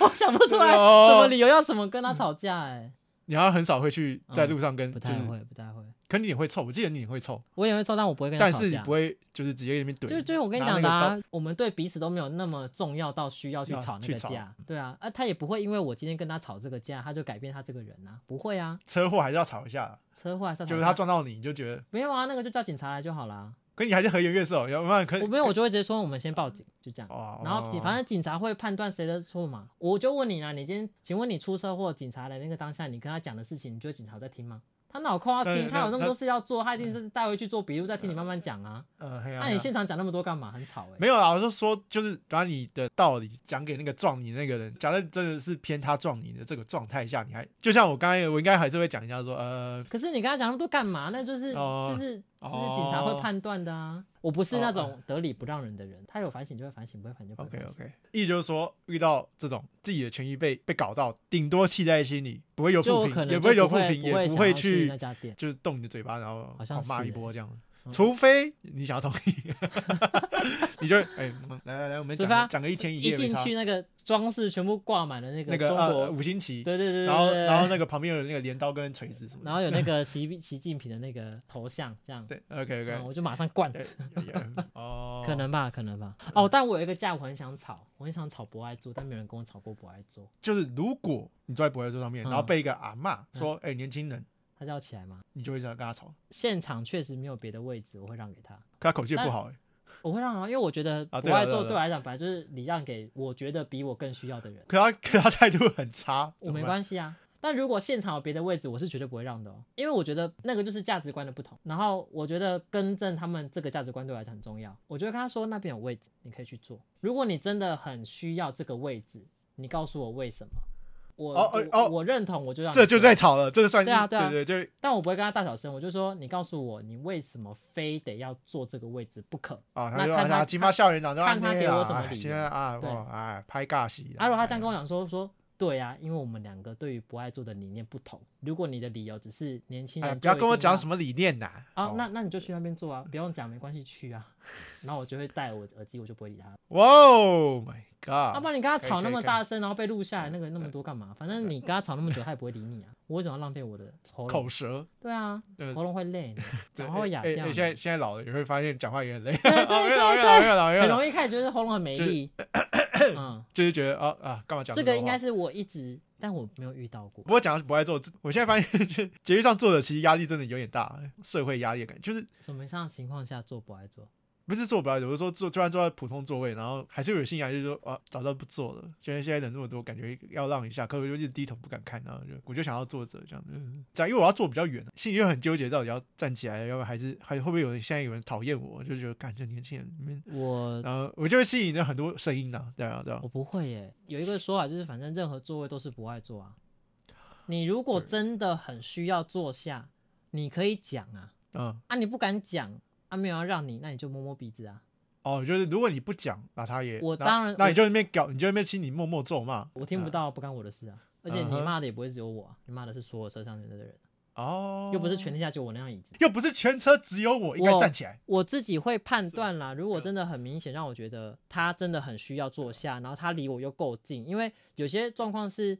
Speaker 2: 我想不出来
Speaker 1: 哦
Speaker 2: 什么理由要怎么跟他吵架哎、
Speaker 1: 你好像很少会去在路上跟，
Speaker 2: 不
Speaker 1: 嗯就
Speaker 2: 太
Speaker 1: 是
Speaker 2: 会，不太会。
Speaker 1: 可你也会臭，我记得你也会臭，
Speaker 2: 我也会抽，但我不会跟他
Speaker 1: 但
Speaker 2: 吵
Speaker 1: 是你
Speaker 2: 架
Speaker 1: 不。会就是直接在那边怼，
Speaker 2: 就就是我跟你
Speaker 1: 拿
Speaker 2: 讲
Speaker 1: 那
Speaker 2: 的
Speaker 1: 个
Speaker 2: 啊，我们对彼此都没有那么重要到需要去
Speaker 1: 要
Speaker 2: 吵那
Speaker 1: 去
Speaker 2: 个
Speaker 1: 吵
Speaker 2: 架，对啊，啊他也不会因为我今天跟他吵这个架，他就改变他这个人啊，不会啊，
Speaker 1: 车祸还是要吵一下，
Speaker 2: 车祸还是要吵
Speaker 1: 就是
Speaker 2: 架
Speaker 1: 他撞到你，你就觉得，
Speaker 2: 没有啊，那个就叫警察来就好啦。
Speaker 1: 可你还是和颜悦色哦，要不然可
Speaker 2: 我没有，我就会直接说我们先报警，就这样。
Speaker 1: 哦
Speaker 2: 然后警反正警察会判断谁的错嘛。我就问你啦，你今天请问你出车祸，警察来那个当下，你跟他讲的事情，你觉得警察有在听吗？他脑空要
Speaker 1: 对
Speaker 2: 听，
Speaker 1: 对
Speaker 2: 他有那么
Speaker 1: 他
Speaker 2: 多事要做，他一定是带回去做笔录，再听你慢慢讲啊。
Speaker 1: 呃，嘿啊
Speaker 2: 那
Speaker 1: 嘿
Speaker 2: 你
Speaker 1: 啊
Speaker 2: 现场讲那么多干嘛？很吵哎。
Speaker 1: 没有啊啦，我是说，就是把你的道理讲给那个撞你那个人。假设真的是偏他撞你的这个状态下，你还就像我刚才，我应该还是会讲一下说，呃，
Speaker 2: 可是你跟他讲那么多干嘛？那就是
Speaker 1: 哦
Speaker 2: 就是就是警察会
Speaker 1: 哦
Speaker 2: 判断的啊。我不是那
Speaker 1: 哦
Speaker 2: 种得理不让人的人，他有反省就会反省，不会反省就不会
Speaker 1: OK
Speaker 2: 反省。
Speaker 1: OK，意思就是说，遇到这种自己的权益被被搞到，顶多气在心里，不会有负
Speaker 2: 就
Speaker 1: 评，
Speaker 2: 可能
Speaker 1: 也
Speaker 2: 就
Speaker 1: 不会留负
Speaker 2: 不会
Speaker 1: 评，
Speaker 2: 不
Speaker 1: 也不
Speaker 2: 会想
Speaker 1: 会
Speaker 2: 要去
Speaker 1: 去
Speaker 2: 那家店。
Speaker 1: 就是动你的嘴巴，然后
Speaker 2: 好像
Speaker 1: 狂骂
Speaker 2: 是
Speaker 1: 一
Speaker 2: 欸
Speaker 1: 波这样。
Speaker 2: 嗯
Speaker 1: 除非你想要同意， [laughs] 你就哎、嗯来来来，我们
Speaker 2: 除
Speaker 1: 讲
Speaker 2: 非他
Speaker 1: 个讲个一天夜
Speaker 2: 一
Speaker 1: 没
Speaker 2: 进
Speaker 1: 差。
Speaker 2: 去那个装饰全部挂满了那
Speaker 1: 那
Speaker 2: 个
Speaker 1: 个
Speaker 2: 中
Speaker 1: 呃
Speaker 2: 国，
Speaker 1: 五星旗，
Speaker 2: 对对对对，
Speaker 1: 然后
Speaker 2: 对
Speaker 1: 然后那个旁边有那个镰刀跟锤子什么的。
Speaker 2: 然后有那个习 [laughs] 习近平的那个头像，这样，
Speaker 1: 对，OK
Speaker 2: 嗯
Speaker 1: OK，
Speaker 2: 我就马上灌，
Speaker 1: 哦，
Speaker 2: [laughs]
Speaker 1: 嗯
Speaker 2: 可能吧，可能吧。哦，但我有一个架，我很想吵，我很想吵博爱座，但没有人跟我吵过博爱座，
Speaker 1: 就是如果你坐在博爱座上面，然后
Speaker 2: 嗯
Speaker 1: 被一个阿嬷说：“哎，年轻人，
Speaker 2: 他叫起来吗？
Speaker 1: 你就会想要跟他吵。
Speaker 2: 现场确实没有别的位置，我会让给他，”
Speaker 1: 可他口气也
Speaker 2: 但
Speaker 1: 不好，哎
Speaker 2: 我会让啊，因为我觉得
Speaker 1: 啊
Speaker 2: 博
Speaker 1: 对啊
Speaker 2: 爱
Speaker 1: 对啊对
Speaker 2: 座
Speaker 1: 啊
Speaker 2: 对我来讲，本来就是礼让给我觉得比我更需要的人，
Speaker 1: 可他可他态度很差，
Speaker 2: 我没
Speaker 1: 系。
Speaker 2: 关系啊。但如果现场有别的位置，我是绝对不会让的哦，因为我觉得那个就是价值观的不同。然后我觉得更正他们这个价值观对我来讲很重要。我就会跟他说那边有位置，你可以去坐。如果你真的很需要这个位置，你告诉我为什么，我
Speaker 1: 哦哦哦
Speaker 2: 我我认同，我就让你
Speaker 1: 这就
Speaker 2: 做
Speaker 1: 在吵了，这个算
Speaker 2: 啊对啊对啊
Speaker 1: 对对，就
Speaker 2: 但我不会跟他大小声，我就说你告诉我，你为什么非得要坐这个位置不可？
Speaker 1: 啊，
Speaker 2: 那
Speaker 1: 他就
Speaker 2: 看
Speaker 1: 啊
Speaker 2: 他
Speaker 1: 他金发校园长都
Speaker 2: 看他
Speaker 1: 安内
Speaker 2: 给我
Speaker 1: 啦
Speaker 2: 什么
Speaker 1: 哎
Speaker 2: 理由
Speaker 1: 现在啊，
Speaker 2: 对
Speaker 1: 哇哎，拍尬戏。
Speaker 2: 啊，如果他这样跟
Speaker 1: 我，
Speaker 2: 我讲说说，对啊，因为我们两个对于不爱做的理念不同，如果你的理由只是年轻
Speaker 1: 哎，
Speaker 2: 人，
Speaker 1: 不要跟我讲什
Speaker 2: 么。
Speaker 1: 么理念呐。
Speaker 2: 啊、
Speaker 1: 哦
Speaker 2: 那那你就去那边坐啊，不用讲，没关系，去啊。 [laughs] 然后我就会戴我耳机，我就不会理他。
Speaker 1: 哇哦，My
Speaker 2: 要、啊不
Speaker 1: God！
Speaker 2: 然你跟他
Speaker 1: 可以
Speaker 2: 吵
Speaker 1: 可
Speaker 2: 那
Speaker 1: 以
Speaker 2: 么
Speaker 1: 可以
Speaker 2: 大声，然后被录下来，那个那么多干嘛？反正你跟他吵那么久，他也不会理你啊。我为什么要浪费我的喉咙
Speaker 1: 口？舌，
Speaker 2: 对啊，
Speaker 1: 对
Speaker 2: 喉咙会累呢，
Speaker 1: [laughs] 对
Speaker 2: 讲话会哑
Speaker 1: 哎哎
Speaker 2: 掉呢。
Speaker 1: 现在现在老了也会发现讲 [laughs] 话也很累，
Speaker 2: 对对
Speaker 1: 老越
Speaker 2: 对
Speaker 1: 老越
Speaker 2: 对
Speaker 1: 老越老越
Speaker 2: 很
Speaker 1: 老，
Speaker 2: 容易开始觉得喉咙很没
Speaker 1: 就是
Speaker 2: 力。嗯，
Speaker 1: 就是觉得啊啊，干嘛 [coughs] 讲
Speaker 2: 这
Speaker 1: 种
Speaker 2: 个应
Speaker 1: 话
Speaker 2: 该是我一直，但我没有遇到过
Speaker 1: 不。过讲到不爱做，我现在发现就是节育上做的其实压力真的有点大，社会压力的感觉，就是
Speaker 2: 什么样的情况下做不爱做？
Speaker 1: 不是做不爱做，我是说坐就算坐在普通座位，然后还是会有心压力，就是说啊，早知道不做了，现在现在人那么多，感觉要让一下，可我就一直低头不敢看，然后就我就想要坐着这样子，这样因为我要坐比较远，心里就很纠结，到底要站起来，要不然还是还会不会有人现在有人讨厌我，就觉得干这年轻人，你们
Speaker 2: 我
Speaker 1: 然后我就会吸引了很多声音呐、对啊对啊
Speaker 2: 我，不会耶。有一个说法就是，反正任何座位都是不爱坐啊。你如果
Speaker 1: 对
Speaker 2: 真的很需要坐下，你可以讲啊
Speaker 1: 嗯
Speaker 2: 啊！你不敢讲啊，没有要让你，那你就摸摸鼻子啊。
Speaker 1: 哦，就是如果你不讲，那他也
Speaker 2: 我
Speaker 1: 那
Speaker 2: 当然
Speaker 1: 那
Speaker 2: 我
Speaker 1: 你就在那边搞，你就在那边心里默默咒骂
Speaker 2: 我听不到，不干我的事啊。而且
Speaker 1: 嗯
Speaker 2: 你
Speaker 1: 哼
Speaker 2: 骂的也不会只有我、啊，你骂的是所有车上的人，
Speaker 1: 哦，
Speaker 2: 又不是全天下就我那张椅子。
Speaker 1: 又不是全车只有我应该
Speaker 2: 我
Speaker 1: 站起来，
Speaker 2: 我自己会判
Speaker 1: 啊
Speaker 2: 断啦，如
Speaker 1: 嗯
Speaker 2: 果真的很明显让我觉得他真的很需要坐下，然后他离我又够近，因为有些状况是，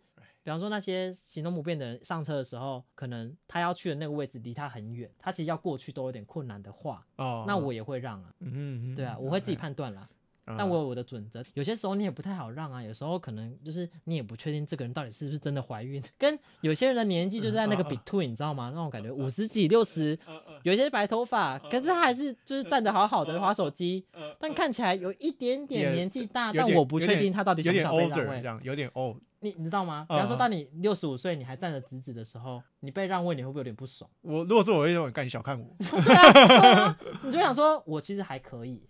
Speaker 2: 比方说那些行动不便的人上车的时候，可能他要去的那个位置离他很远，他其实要过去都有点困难的话，
Speaker 1: 哦，
Speaker 2: 那我也会让啊，
Speaker 1: 嗯嗯，
Speaker 2: 对啊，我会自己判断啦，
Speaker 1: 嗯，
Speaker 2: 但我有我的准则，有些时候你也不太好让啊，有时候可能就是你也不确定这个人到底是不是真的怀孕， [laughs] 跟有些人的年纪就是在那
Speaker 1: [laughs]
Speaker 2: 个
Speaker 1: 嗯嗯嗯
Speaker 2: between，你知道吗？那种感觉
Speaker 1: [laughs]
Speaker 2: 五十几六十。
Speaker 1: 嗯嗯
Speaker 2: 有一些白头发，可是他还是就是站得好好的划手机，
Speaker 1: 嗯
Speaker 2: 但看起来有一点点
Speaker 1: 也
Speaker 2: 年纪大，
Speaker 1: 有
Speaker 2: 但
Speaker 1: 点
Speaker 2: 我不
Speaker 1: 有
Speaker 2: 确
Speaker 1: 点
Speaker 2: 定他到底
Speaker 1: 有
Speaker 2: 想不
Speaker 1: 点
Speaker 2: 想被
Speaker 1: older
Speaker 2: 让
Speaker 1: 这
Speaker 2: 位。
Speaker 1: 样，有点哦 old，
Speaker 2: 你你知道吗？比
Speaker 1: 嗯
Speaker 2: 方说，
Speaker 1: 嗯
Speaker 2: 当你六十五岁，你还站得直直的时候，你被让位，你会不会有点不爽？ [laughs]
Speaker 1: 我如果说我会说你干你小看我， [laughs]
Speaker 2: 对啊，对啊，你就想说，我其实还可以，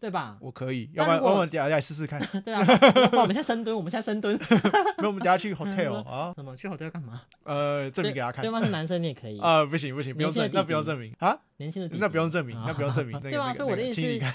Speaker 2: 对吧？ [laughs]
Speaker 1: 我可以，要
Speaker 2: 但
Speaker 1: 不然
Speaker 2: 如果
Speaker 1: 我们等下来试
Speaker 2: [laughs]
Speaker 1: 试看，
Speaker 2: 对啊，不，我们现在深蹲，我们现在深蹲， [laughs]
Speaker 1: 那我们等下去 hotel 啊，
Speaker 2: 什么去 hotel 干嘛？
Speaker 1: 呃，证明给他看
Speaker 2: 对，方是男生，你也可以，
Speaker 1: 啊，不行不行，不用证，
Speaker 2: 年轻的弟弟
Speaker 1: 那不用证明啊，
Speaker 2: 年轻的弟弟
Speaker 1: 那不用证明，那不用证
Speaker 2: [laughs]
Speaker 1: 明，那个
Speaker 2: 对啊
Speaker 1: 那个
Speaker 2: 所以我的
Speaker 1: 那个
Speaker 2: 意思
Speaker 1: 请你
Speaker 2: 是
Speaker 1: 看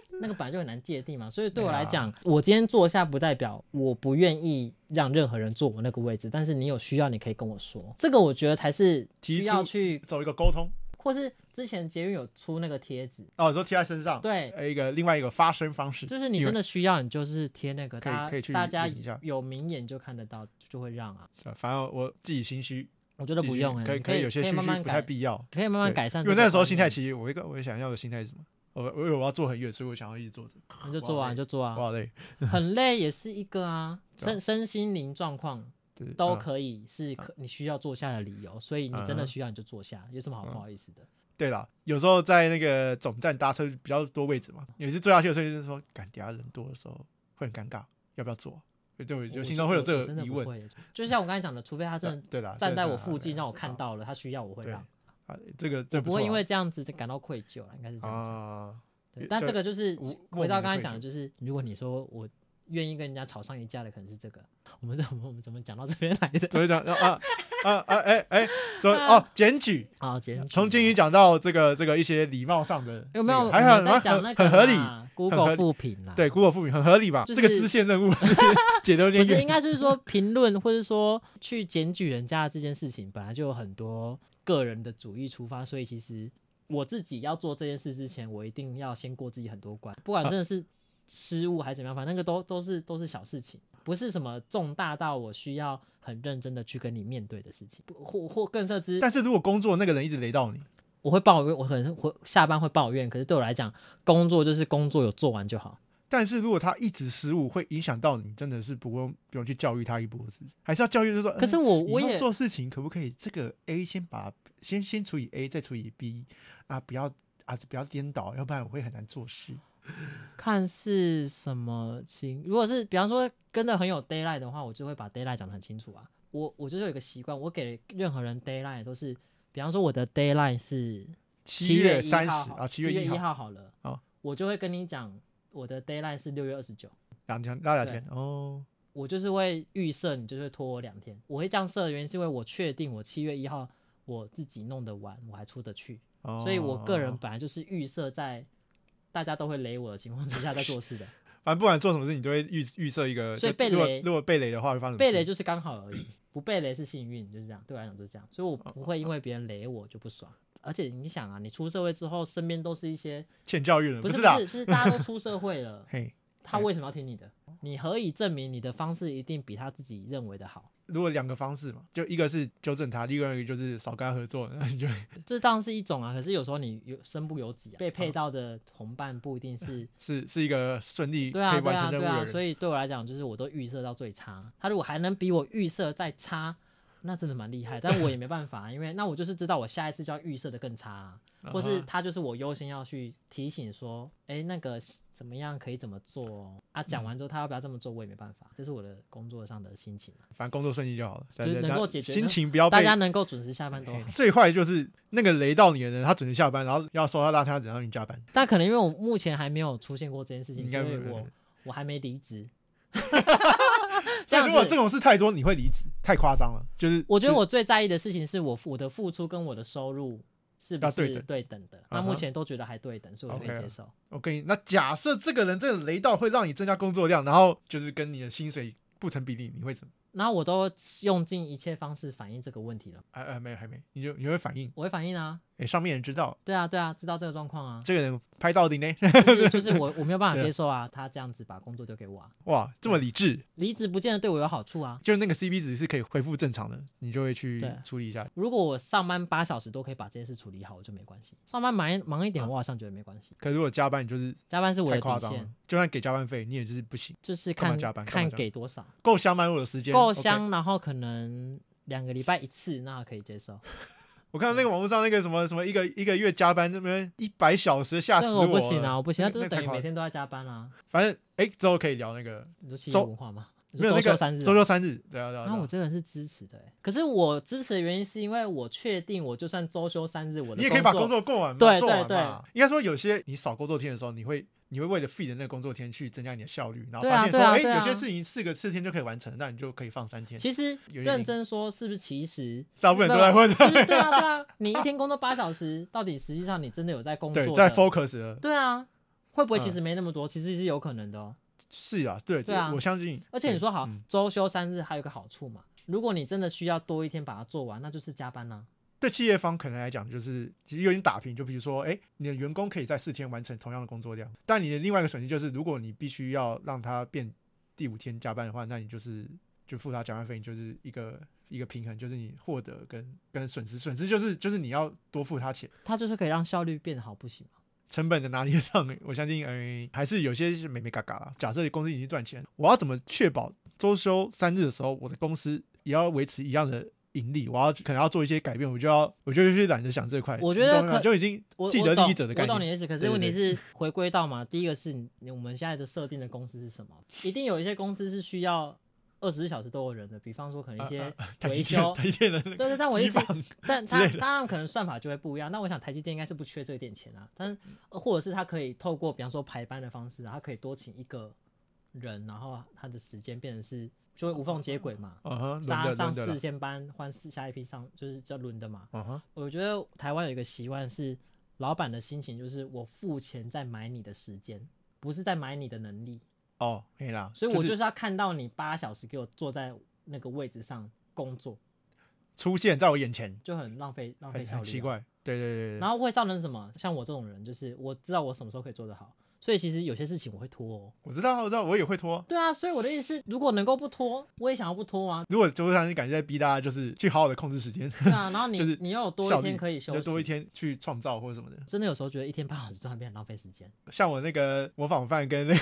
Speaker 2: [laughs]
Speaker 1: [laughs]
Speaker 2: 那个本来就很难界定嘛，所以对我
Speaker 1: 对啊
Speaker 2: 来讲，我今天坐下不代表我不愿意让任何人坐我那个位置，但是你有需要你可以跟我说，这个我觉得才是
Speaker 1: 提
Speaker 2: 需
Speaker 1: 出
Speaker 2: 要去，
Speaker 1: 走一个沟通
Speaker 2: 或是之前捷运有出那个贴纸，
Speaker 1: 哦，你说贴在身上，
Speaker 2: 对，
Speaker 1: 呃，一个另外一个发声方式，
Speaker 2: 就是你真的需要，你就是贴那个，
Speaker 1: 可以
Speaker 2: 大
Speaker 1: 可以去
Speaker 2: 家大家
Speaker 1: 领一下
Speaker 2: 有明眼就看得到，就会让啊，
Speaker 1: 呃，反正我自己心虚，
Speaker 2: 我觉得
Speaker 1: 自己
Speaker 2: 不
Speaker 1: 心
Speaker 2: 用
Speaker 1: 虚
Speaker 2: 哎、
Speaker 1: 可以
Speaker 2: 可
Speaker 1: 以有些
Speaker 2: 可以
Speaker 1: 心
Speaker 2: 慢
Speaker 1: 虚
Speaker 2: 慢
Speaker 1: 不太
Speaker 2: 改，
Speaker 1: 必要，
Speaker 2: 可以慢慢
Speaker 1: 对
Speaker 2: 改善
Speaker 1: 因
Speaker 2: 这
Speaker 1: 为
Speaker 2: 个观念。
Speaker 1: 那时候心态其实我一个我想要的心态是什么？我我以为我要坐很远，所以我想要一直坐着，
Speaker 2: 你就做
Speaker 1: 哇
Speaker 2: 啊，你就做
Speaker 1: 我
Speaker 2: 啊，
Speaker 1: 好累，
Speaker 2: 很累也是一个啊，
Speaker 1: 对啊
Speaker 2: 身身心灵状况
Speaker 1: 对
Speaker 2: 都
Speaker 1: 嗯
Speaker 2: 可以是可你需要坐下的理由，所以你真
Speaker 1: 嗯
Speaker 2: 的
Speaker 1: 哼
Speaker 2: 需要你就坐下，有什么好
Speaker 1: 嗯
Speaker 2: 不好意思的？
Speaker 1: 对啦，有时候在那个总站搭车比较多位置嘛，有一次坐下去的时候就是说，赶等下人多的时候会很尴尬，要不要坐？对，就我就
Speaker 2: 我
Speaker 1: 心中会有
Speaker 2: 我
Speaker 1: 这
Speaker 2: 我真
Speaker 1: 个
Speaker 2: 的
Speaker 1: 疑
Speaker 2: 不
Speaker 1: 问。
Speaker 2: 会耶，就像我刚才讲的，除非他真的
Speaker 1: [laughs] 对啦，
Speaker 2: 站
Speaker 1: 这
Speaker 2: 在
Speaker 1: 这
Speaker 2: 我
Speaker 1: 啊
Speaker 2: 附近
Speaker 1: 对
Speaker 2: 让我看
Speaker 1: 啊
Speaker 2: 到了，他需要我会
Speaker 1: 对
Speaker 2: 让，
Speaker 1: 啊，这个这
Speaker 2: 我
Speaker 1: 不
Speaker 2: 不会
Speaker 1: 错
Speaker 2: 因
Speaker 1: 啊
Speaker 2: 为这样子感到愧疚了，应该是这样讲。
Speaker 1: 啊，
Speaker 2: 对
Speaker 1: 也
Speaker 2: 但
Speaker 1: 就
Speaker 2: 这个就是
Speaker 1: 无莫
Speaker 2: 回到
Speaker 1: 名的
Speaker 2: 刚才
Speaker 1: 愧
Speaker 2: 讲的，
Speaker 1: 疚
Speaker 2: 就是如果你说我愿意跟人家吵上一架的，可能是这个。我们怎么我们怎么讲到这边来的？
Speaker 1: 怎么讲啊啊啊哎哎，
Speaker 2: [laughs]
Speaker 1: 怎么哦检举？
Speaker 2: 好，简
Speaker 1: 从检举讲到这个这个一些礼貌上的那个，
Speaker 2: 有没有？
Speaker 1: 还
Speaker 2: 我们
Speaker 1: 很
Speaker 2: 在
Speaker 1: 还
Speaker 2: 讲
Speaker 1: 很
Speaker 2: 那个
Speaker 1: 很合理。
Speaker 2: 啦
Speaker 1: 合理
Speaker 2: ，Google 复评啦。
Speaker 1: 对，Google 复评很合理吧？
Speaker 2: 就
Speaker 1: 这个
Speaker 2: 是
Speaker 1: 支线任务 [laughs] 解决
Speaker 2: 不
Speaker 1: 监
Speaker 2: 是，应
Speaker 1: 狱，
Speaker 2: 该就是说评论或者说去检举人家的这件事情，本来就有很多个人的主义出发，所以其实我自己要做这件事之前，我一定要先过自己很多关，不管真的是失误还是怎么样，反正那个都都是都是小事情，不是什么重大到我需要很认真的去跟你面对的事情，不或或更甚至
Speaker 1: 但是如果工作那个人一直雷到你，
Speaker 2: 我会抱怨，我可能会下班会抱怨，可是对我来讲，工作就是工作，有做完就好。
Speaker 1: 但是如果他一直失误，会影响到你，真的是不用不用去教育他一波，是不是？还是要教育，就是说，
Speaker 2: 可是
Speaker 1: 嗯
Speaker 2: 我
Speaker 1: 以
Speaker 2: 我
Speaker 1: 后
Speaker 2: 也
Speaker 1: 做事情可不可以这个 A 先把先先除以 A 再除以 B 啊，不要啊不要颠倒，要不然我会很难做事。
Speaker 2: 看是什么情，如果是比方说跟的很有 d a y l i g h t 的话，我就会把 d a y l i g h t 讲得很清楚啊。我我就是有一个习惯，我给任何人 d a y l i g h t 都是，比方说我的 d a y l i g h t 是
Speaker 1: 七
Speaker 2: 月
Speaker 1: 三
Speaker 2: 1号
Speaker 1: 十
Speaker 2: 好
Speaker 1: 啊，七
Speaker 2: 月
Speaker 1: 一
Speaker 2: 1
Speaker 1: 号，
Speaker 2: 号好了，
Speaker 1: 好
Speaker 2: 我就会跟你讲我的 d a y l i g h t 是六月二十九，
Speaker 1: 两天那两
Speaker 2: 对
Speaker 1: 天哦，
Speaker 2: 我就是会预设你就是会拖我两天。我会这样设的原因是因为我确定我七月一号我自己弄得完，我还出得去，
Speaker 1: 哦
Speaker 2: 所以我个人本来就是预设在大家都会雷我的情况之下在做事的，
Speaker 1: 反正不管做什么事，你就会预预设一个，
Speaker 2: 所以
Speaker 1: 就
Speaker 2: 被
Speaker 1: 如果
Speaker 2: 雷
Speaker 1: 如果被雷的话，会发生什么
Speaker 2: 被
Speaker 1: 事
Speaker 2: 雷就是刚好而已，不被雷是幸运，就是这样。对我来讲就是这样，所以我不会因为别人雷我就不爽。而且你想啊，你出社会之后，身边都是一些
Speaker 1: 欠教育了，
Speaker 2: 不
Speaker 1: 是
Speaker 2: 是不
Speaker 1: 的，，
Speaker 2: 是，就是大家都出社会了
Speaker 1: [laughs] 嘿。
Speaker 2: 他为什么要听你的？你何以证明你的方式一定比他自己认为的好？
Speaker 1: 如果两个方式嘛，就一个是纠正他，另外一个就是少跟他合作，那你就 [laughs]
Speaker 2: 这当然是一种啊，可是有时候你有身不由己啊，被
Speaker 1: 嗯
Speaker 2: 配到的同伴不一
Speaker 1: [laughs]
Speaker 2: 定是。
Speaker 1: 是是一个顺利可
Speaker 2: 对啊，
Speaker 1: 以
Speaker 2: 对
Speaker 1: 完
Speaker 2: 啊，
Speaker 1: 成任
Speaker 2: 对
Speaker 1: 务的
Speaker 2: 啊，
Speaker 1: 人。
Speaker 2: 所以对我来讲，就是我都预设到最差。他如果还能比我预设再差，那真的蛮厉害。但我也没办法，啊因为那我就是知道我下一次就要预设的更差啊、
Speaker 1: 然后
Speaker 2: 或是他就是我优先要去提醒说，哎，那个怎么样可以怎么做哦啊？讲
Speaker 1: 嗯
Speaker 2: 完之后他要不要这么做，我也没办法，这是我的工作上的心情啊。
Speaker 1: 反正工作顺利就好了，
Speaker 2: 就是
Speaker 1: 大家
Speaker 2: 能够解决
Speaker 1: 心情不要
Speaker 2: 大
Speaker 1: 被
Speaker 2: 家能够准时
Speaker 1: [laughs]
Speaker 2: 下班都哦好
Speaker 1: 嘿。最坏就是那个雷到你的人，他准时下班，然后要收到大家然后你加班，
Speaker 2: 但可能因为我目前还没有出现过这件事情，
Speaker 1: 应
Speaker 2: 所
Speaker 1: 该不
Speaker 2: 以
Speaker 1: 会
Speaker 2: 我我还没离
Speaker 1: [laughs]
Speaker 2: 职。这
Speaker 1: 所以
Speaker 2: 样
Speaker 1: 如果
Speaker 2: 子
Speaker 1: 这，种事太多，你会离职，太夸张了。就是
Speaker 2: 我觉得我最在意的事情是我我的付出跟我的收入是不
Speaker 1: 要啊对
Speaker 2: 是
Speaker 1: 等
Speaker 2: 对等的。那
Speaker 1: 嗯哼
Speaker 2: 目前都觉得还对等，所以我可以
Speaker 1: OK 啊
Speaker 2: 接受。
Speaker 1: 我跟你，那假设这个人这个雷到会让你增加工作量，然后就是跟你的薪水不成比例，你会怎么？
Speaker 2: 然后我都用尽一切方式反映这个问题了，
Speaker 1: 哎、哎、没有还没，你就你会反应，
Speaker 2: 我会反映啊，
Speaker 1: 哎、上面人知道，
Speaker 2: 对啊，对啊，知道这个状况啊
Speaker 1: 这个人拍到底呢， [laughs]
Speaker 2: 就是就是我我没有办法
Speaker 1: 对啊
Speaker 2: 接受啊，他这样子把工作丢给我啊，
Speaker 1: 哇，这么理智，
Speaker 2: 离职不见得对我有好处啊。
Speaker 1: 就是那个 CP 值是可以恢复正常的，你就会去
Speaker 2: 对
Speaker 1: 处理一下。
Speaker 2: 如果我上班八小时都可以把这件事处理好，我就没关系。上班忙一忙一点，我好像觉得没关系。
Speaker 1: 可如果加班，你就是
Speaker 2: 加班是我
Speaker 1: 啊太
Speaker 2: 的
Speaker 1: 夸
Speaker 2: 底
Speaker 1: 张
Speaker 2: 线
Speaker 1: 了，，就算给加班费，你也就是不行。
Speaker 2: 就是
Speaker 1: 干嘛
Speaker 2: 看
Speaker 1: 加班干嘛
Speaker 2: 看
Speaker 1: 加班
Speaker 2: 给多少，
Speaker 1: 够香吗？我的时间
Speaker 2: 够
Speaker 1: OK
Speaker 2: 香，然后可能两个礼拜一次，那可以接受。
Speaker 1: 我看到那个网络上那个什么什么一个一个月加班那边一百小时，吓死
Speaker 2: 那我不
Speaker 1: 了
Speaker 2: 行啊，我不行，那
Speaker 1: 那
Speaker 2: 就是
Speaker 1: 个那
Speaker 2: 等
Speaker 1: 太
Speaker 2: 于
Speaker 1: 夸
Speaker 2: 每天都在加班啊。
Speaker 1: 反正哎、之后可以聊那个
Speaker 2: 你说企业
Speaker 1: 周
Speaker 2: 文化吗？你
Speaker 1: 没
Speaker 2: 说
Speaker 1: 有那
Speaker 2: 周
Speaker 1: 个
Speaker 2: 休三日吗，
Speaker 1: 周休三日，对啊对啊。
Speaker 2: 然后
Speaker 1: 对啊
Speaker 2: 我这个人是支持的欸、可是我支持的原因是因为我确定，我就算周休三日，我的
Speaker 1: 你也可以把工
Speaker 2: 作
Speaker 1: 作过完嘛，
Speaker 2: 对
Speaker 1: 做完
Speaker 2: 对
Speaker 1: 嘛。应该说有些你少工作天的时候，你会你会为了 feed 的那个工作天去增加你的效率，然后
Speaker 2: 对啊
Speaker 1: 发现说，
Speaker 2: 对啊
Speaker 1: 哎、
Speaker 2: 对啊
Speaker 1: 有些事情四个四天就可以完成，那你就可以放三天。
Speaker 2: 其实
Speaker 1: 有
Speaker 2: 认真说，是不是其实
Speaker 1: 大部分人都在问，
Speaker 2: 就是
Speaker 1: [laughs]
Speaker 2: 对啊对啊，你一天工作八小时，到底实际上你真的有在工作
Speaker 1: 对，
Speaker 2: 的？
Speaker 1: 在 focus 了，
Speaker 2: 对啊，会不会其
Speaker 1: 嗯
Speaker 2: 实没那么多？其实是有可能的哦。
Speaker 1: 是啊，对
Speaker 2: 对啊
Speaker 1: 我相信。
Speaker 2: 而且你说好
Speaker 1: 嗯
Speaker 2: 周休三日还有个好处嘛，如果你真的需要多一天把它做完，那就是加班啊呐、
Speaker 1: 对企业方可能来讲，就是其实有点打平。就比如说，哎，你的员工可以在四天完成同样的工作量，但你的另外一个损失就是，如果你必须要让他变第五天加班的话，那你就是就付他加班费，你就是一个一个平衡，就是你获得跟跟损失，损失就是就是你要多付他钱，
Speaker 2: 它就是可以让效率变好，不行吗？
Speaker 1: 成本的拿捏上， [laughs] 我相信，哎，还是有些是美美嘎嘎啦。假设公司已经赚钱，我要怎么确保周休三日的时候，我的公司也要维持一样的？盈利，我要可能要做一些改变，我就要我就去懒得想这块。
Speaker 2: 我觉得
Speaker 1: 你懂吗
Speaker 2: 可
Speaker 1: 就已经 [laughs]
Speaker 2: 我
Speaker 1: 既得利益者的概
Speaker 2: 我懂，
Speaker 1: 念
Speaker 2: 我懂你的意思。可
Speaker 1: 对
Speaker 2: 是
Speaker 1: 对
Speaker 2: 问题是回归到嘛，第一个是你我们现在的设定的公司是什么？一定有一些公司是需要二十四小时都有人的，比方说可能一些
Speaker 1: 台积
Speaker 2: 维
Speaker 1: 电
Speaker 2: 修。
Speaker 1: 台积电的那个
Speaker 2: 对对，但我
Speaker 1: 啊
Speaker 2: 意
Speaker 1: 机
Speaker 2: 思
Speaker 1: 房， [laughs]
Speaker 2: 但
Speaker 1: 之
Speaker 2: 他
Speaker 1: 类的
Speaker 2: 当然可能算法就会不一样。那我想台积电应该是不缺这一点钱啊，但是或者是他可以透过比方说排班的方式啊，他可以多请一个人，然后他的时间变成是就会无缝接轨嘛。
Speaker 1: 嗯
Speaker 2: [laughs]
Speaker 1: 哼，轮
Speaker 2: 大
Speaker 1: 的
Speaker 2: 家
Speaker 1: 轮
Speaker 2: 上
Speaker 1: 的
Speaker 2: 四
Speaker 1: 了，
Speaker 2: 千班换四下一批上就是叫轮的嘛。
Speaker 1: 嗯哼，
Speaker 2: 我觉得台湾有一个习惯是，老板的心情就是我付钱在买你的时间，不是在买你的能力。
Speaker 1: 哦，可以啦。
Speaker 2: 所以我
Speaker 1: 就
Speaker 2: 就是是要看到你八小时给我坐在那个位置上工作，
Speaker 1: 出现在我眼前，
Speaker 2: 就很浪费浪费
Speaker 1: 很
Speaker 2: 效率、
Speaker 1: 很
Speaker 2: 啊。
Speaker 1: 奇怪。对对对对
Speaker 2: 然后会造成什么？像我这种人，就是我知道我什么时候可以做得好，所以其实有些事情我会拖、哦。
Speaker 1: 我知道，我知道，我也会拖。
Speaker 2: 对啊，所以我的意思是，如果能够不拖，我也想要不拖啊。
Speaker 1: 如果周三感觉在逼大家，就是去好好的控制时间，
Speaker 2: 对啊，然 [laughs] 后你、
Speaker 1: 就是
Speaker 2: 你又有多
Speaker 1: 效
Speaker 2: 一
Speaker 1: 率
Speaker 2: 天可
Speaker 1: [laughs]
Speaker 2: 以休
Speaker 1: 就
Speaker 2: 息，
Speaker 1: 多一天去创造或者什么的。
Speaker 2: 真的有时候觉得一天八小时赚变很浪费时间。
Speaker 1: 像我那个模仿犯跟那个，？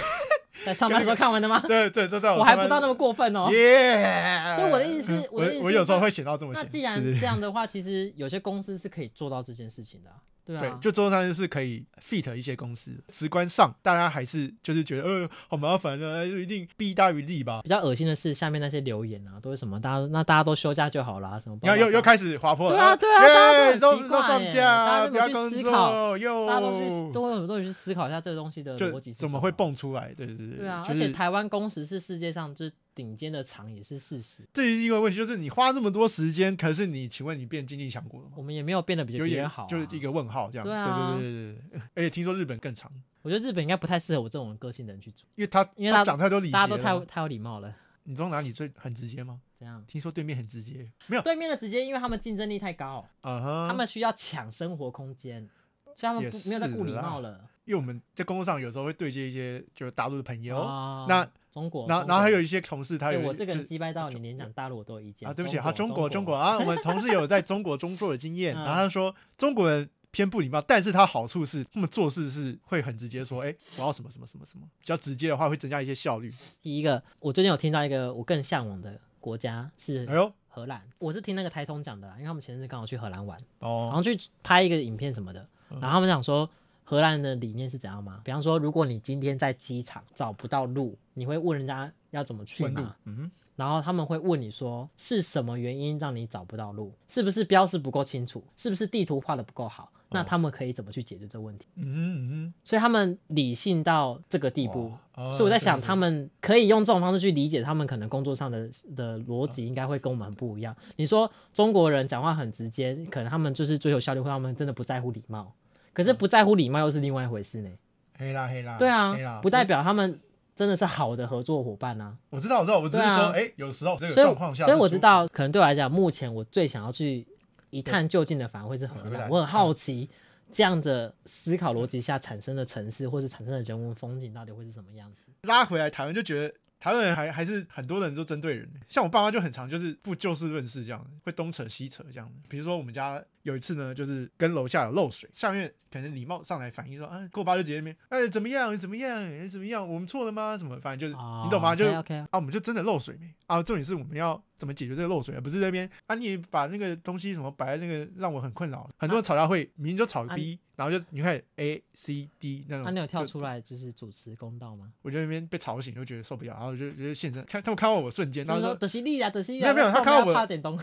Speaker 2: 在上班的时候看完的 [laughs] 吗
Speaker 1: 对对，都在
Speaker 2: 啊我还不到
Speaker 1: 到
Speaker 2: 那么过分哦。
Speaker 1: 耶。
Speaker 2: 所以我的意思是
Speaker 1: 我
Speaker 2: 我的意思是
Speaker 1: 我有时候
Speaker 2: 那
Speaker 1: 会写到这么
Speaker 2: 那
Speaker 1: 写。
Speaker 2: 既然
Speaker 1: 对对
Speaker 2: 这样的话，其实有些公司是可以做到这件事情的啊、对啊，
Speaker 1: 对，就周三是可以 fit 一些公司的，直观上大家还是就是觉得呃好麻烦啊，就一定弊大于利吧。
Speaker 2: 比较恶心的是下面那些留言啊，都是什么大家那大家都休假就好啦，什么
Speaker 1: 你看又又
Speaker 2: 看
Speaker 1: 开始滑坡了，
Speaker 2: 对啊对啊
Speaker 1: 耶
Speaker 2: 大家都很
Speaker 1: 都
Speaker 2: 奇
Speaker 1: 都
Speaker 2: 怪
Speaker 1: 放
Speaker 2: 耶
Speaker 1: 假，
Speaker 2: 大家
Speaker 1: 不
Speaker 2: 都
Speaker 1: 要
Speaker 2: 没有
Speaker 1: 工
Speaker 2: 去思
Speaker 1: 作，
Speaker 2: 考
Speaker 1: 又
Speaker 2: 大家都去都有都有去思考一下这个东西的逻
Speaker 1: 就
Speaker 2: 辑是
Speaker 1: 怎
Speaker 2: 什啊
Speaker 1: 么会？蹦出来？对对对，
Speaker 2: 对啊，
Speaker 1: 就
Speaker 2: 而且
Speaker 1: 是
Speaker 2: 台湾工时是世界上就是顶尖的厂也是事实。
Speaker 1: 这是一个问题，就是你花这么多时间，可是你，请问你变经济强国了吗？
Speaker 2: 我们也没有变得比
Speaker 1: 有
Speaker 2: 别
Speaker 1: 点
Speaker 2: 人好、啊，
Speaker 1: 就是一个问号这样。
Speaker 2: 对啊
Speaker 1: 对对对对对。而且听说日本更长，
Speaker 2: 我觉得日本应该不太适合我这种个性的人去做，
Speaker 1: 因为他
Speaker 2: 因为
Speaker 1: 他
Speaker 2: 他
Speaker 1: 讲太多礼节
Speaker 2: 大家都
Speaker 1: 了
Speaker 2: 太太有礼貌了。
Speaker 1: 你知道哪里最很直接吗？
Speaker 2: 这样，
Speaker 1: 听说对面很直接，没
Speaker 2: [laughs]
Speaker 1: 有，
Speaker 2: 对面的直接，因为他们竞争力太高，
Speaker 1: 嗯哼，
Speaker 2: 他们需要抢生活空间，所以他们
Speaker 1: 也
Speaker 2: 不没有在顾
Speaker 1: 是
Speaker 2: 礼
Speaker 1: 啦
Speaker 2: 貌了。
Speaker 1: 因为我们在工作上有时候会对接一些就是大陆的朋友，
Speaker 2: 啊
Speaker 1: 那
Speaker 2: 中国，
Speaker 1: 然后
Speaker 2: 中
Speaker 1: 然后还
Speaker 2: 国
Speaker 1: 有一些同事，他
Speaker 2: 哎
Speaker 1: 有
Speaker 2: 我这个
Speaker 1: 就
Speaker 2: 人击败到你，连讲大陆我都有意见
Speaker 1: 啊，对不起啊，中
Speaker 2: 中
Speaker 1: 国中
Speaker 2: 中
Speaker 1: 国，啊，我们同事有在中国工作的经验，
Speaker 2: 嗯
Speaker 1: 然后他说中国人偏不礼貌，但是他好处是他们做事是会很直接
Speaker 2: [laughs]
Speaker 1: 说，哎，我要什么什么什么什么，比较直接的话会增加一些效率。
Speaker 2: 第一个，我最近有听到一个我更向往的国家是
Speaker 1: 哎呦，
Speaker 2: 荷兰，我是听那个台通讲的啦，因为他们前阵子刚好去荷兰玩，然
Speaker 1: 哦，
Speaker 2: 后去拍一个影片什么的，
Speaker 1: 嗯
Speaker 2: 然后他们讲说荷兰的理念是怎样吗？比方说，如果你今天在机场找不到路，你会问人家要怎么去
Speaker 1: 温度
Speaker 2: 吗？，
Speaker 1: 嗯，
Speaker 2: 然后他们会问你说是什么原因让你找不到路？是不是标示不够清楚？是不是地图画的不够好？那他们可以怎么去解决这个问题？
Speaker 1: 嗯哼嗯哼，
Speaker 2: 所以他们理性到这个地步，
Speaker 1: 哇，
Speaker 2: 所以我在想，
Speaker 1: 哦对
Speaker 2: 他们可以用这种方式去理解他们可能工作上的的逻辑，
Speaker 1: 嗯
Speaker 2: 应该会跟我们很不一样。你说中国人讲话很直接，可能他们就是追求效率，或他们真的不在乎礼貌。可
Speaker 1: 嗯
Speaker 2: 是不在乎礼貌又是另外一回事呢。
Speaker 1: 黑啦黑啦，
Speaker 2: 对
Speaker 1: 黑
Speaker 2: 啊
Speaker 1: 啦，
Speaker 2: 不代表他们真的是好的合作伙伴啊。
Speaker 1: 我知道我知道，我只是
Speaker 2: 对
Speaker 1: 说，
Speaker 2: 啊
Speaker 1: 哎，有时候这个
Speaker 2: 所以
Speaker 1: 状
Speaker 2: 我，
Speaker 1: 况下，
Speaker 2: 所以我知，道，可能对我来讲，目前我最想要去一探究竟的，反而会是荷
Speaker 1: 荷兰
Speaker 2: 兰。我很好奇。这样的思考逻辑下产生的城市，或是产生的人文风景，到底会是什么样子？
Speaker 1: 拉回来台湾就觉得。台湾人还还是很多人都针对人，像我爸妈就很常就是不就事论事这样，会东扯西扯这样。比如说我们家有一次呢，就是跟楼下有漏水，下面可能礼貌上来反映说，啊，跟我爸就直接那边，哎、怎么样，怎么样，哎怎么样，我们错了吗？什么，反正就是、
Speaker 2: 哦
Speaker 1: 你懂吗？就是
Speaker 2: ，OK，
Speaker 1: 啊，我们就真的漏水没啊？重点是我们要怎么解决这个漏水，而不是在那边啊，你把那个东西什么摆在那个让我很困扰。很多人吵架会明明就吵
Speaker 2: 啊
Speaker 1: B，、然后就你看 A C D 那种，
Speaker 2: 那、你有跳
Speaker 1: 就
Speaker 2: 出来就是主持公道吗？
Speaker 1: 我就在那边被吵醒，就觉得受不了，然后就就现身，看他们看到我瞬间，然
Speaker 2: 他
Speaker 1: 后
Speaker 2: 说
Speaker 1: 说
Speaker 2: 德西利啊，德西利
Speaker 1: 没
Speaker 2: 啊，
Speaker 1: 有没有他看到我
Speaker 2: 怕
Speaker 1: [laughs]
Speaker 2: 点东，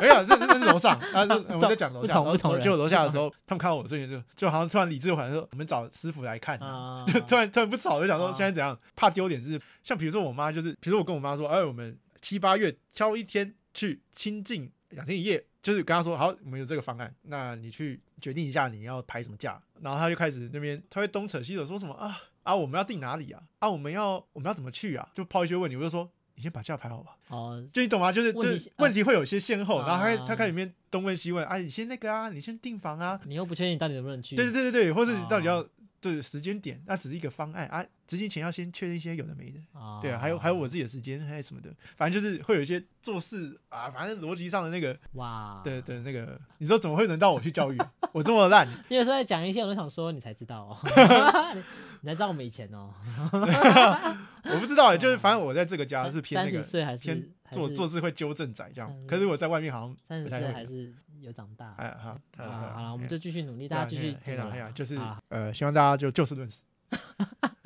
Speaker 1: 没有，哎这这这是楼上，啊，这我们在讲楼下，
Speaker 2: 不
Speaker 1: 然
Speaker 2: 同
Speaker 1: 后
Speaker 2: 不同人
Speaker 1: 就楼下的时候，他们看到我瞬间就就好像突然理智缓说，我们找师傅来看啊， [laughs]
Speaker 2: 啊，
Speaker 1: 就突然突然不吵，就想说
Speaker 2: 啊
Speaker 1: 现在怎样，怕丢脸是像比如说我妈就是，比如说我跟我妈说，哎，我们七八月挑一天去清境两天一夜，就是跟她说好，我们有这个方案，那你去决定一下你要排什么假，然后她就开始那边，她会东扯西扯说什么啊啊，我们要定哪里啊啊，我们要我们要怎么去啊，就抛一些问题，我就说你先把假排好吧，
Speaker 2: 哦，
Speaker 1: 就你懂吗？就是就
Speaker 2: 问题
Speaker 1: 是问题会有些先后，
Speaker 2: 啊
Speaker 1: 然后她她开始里面东问西问，啊，你先那个啊，你先订房啊，
Speaker 2: 你又不确定到底能不能去，
Speaker 1: 对对对对对，或者你到底要
Speaker 2: 嗯哦
Speaker 1: 对时间点，那只是一个方案啊，执行前要先确定一些有的没的，
Speaker 2: 哦
Speaker 1: 对啊，还有还有我自己的时间还有什么的，反正就是会有一些做事啊，反正逻辑上的那个
Speaker 2: 哇，
Speaker 1: 的，的那个，你说怎么会轮到我去教育？ [laughs] 我这么烂，
Speaker 2: 你有时候在讲一些，我都想说你才
Speaker 1: [laughs]
Speaker 2: 知道哦， [laughs] 你你才知道我们以前哦，
Speaker 1: 我不知道欸，就是反正我在这个啊家是偏
Speaker 2: 三
Speaker 1: 那
Speaker 2: 十
Speaker 1: 个
Speaker 2: 岁还是
Speaker 1: 偏做做事会纠正仔这样，可是我在外面好像
Speaker 2: 三
Speaker 1: 不
Speaker 2: 十
Speaker 1: 太
Speaker 2: 岁
Speaker 1: 会
Speaker 2: 还是有长大。
Speaker 1: 哎好，
Speaker 2: 啊好了，我们
Speaker 1: 哎
Speaker 2: 就继续努力，
Speaker 1: 对啊
Speaker 2: 大家继续
Speaker 1: 黑了黑了，就是
Speaker 2: 啊
Speaker 1: 呃，希望大家就就事论
Speaker 2: [laughs]
Speaker 1: 事，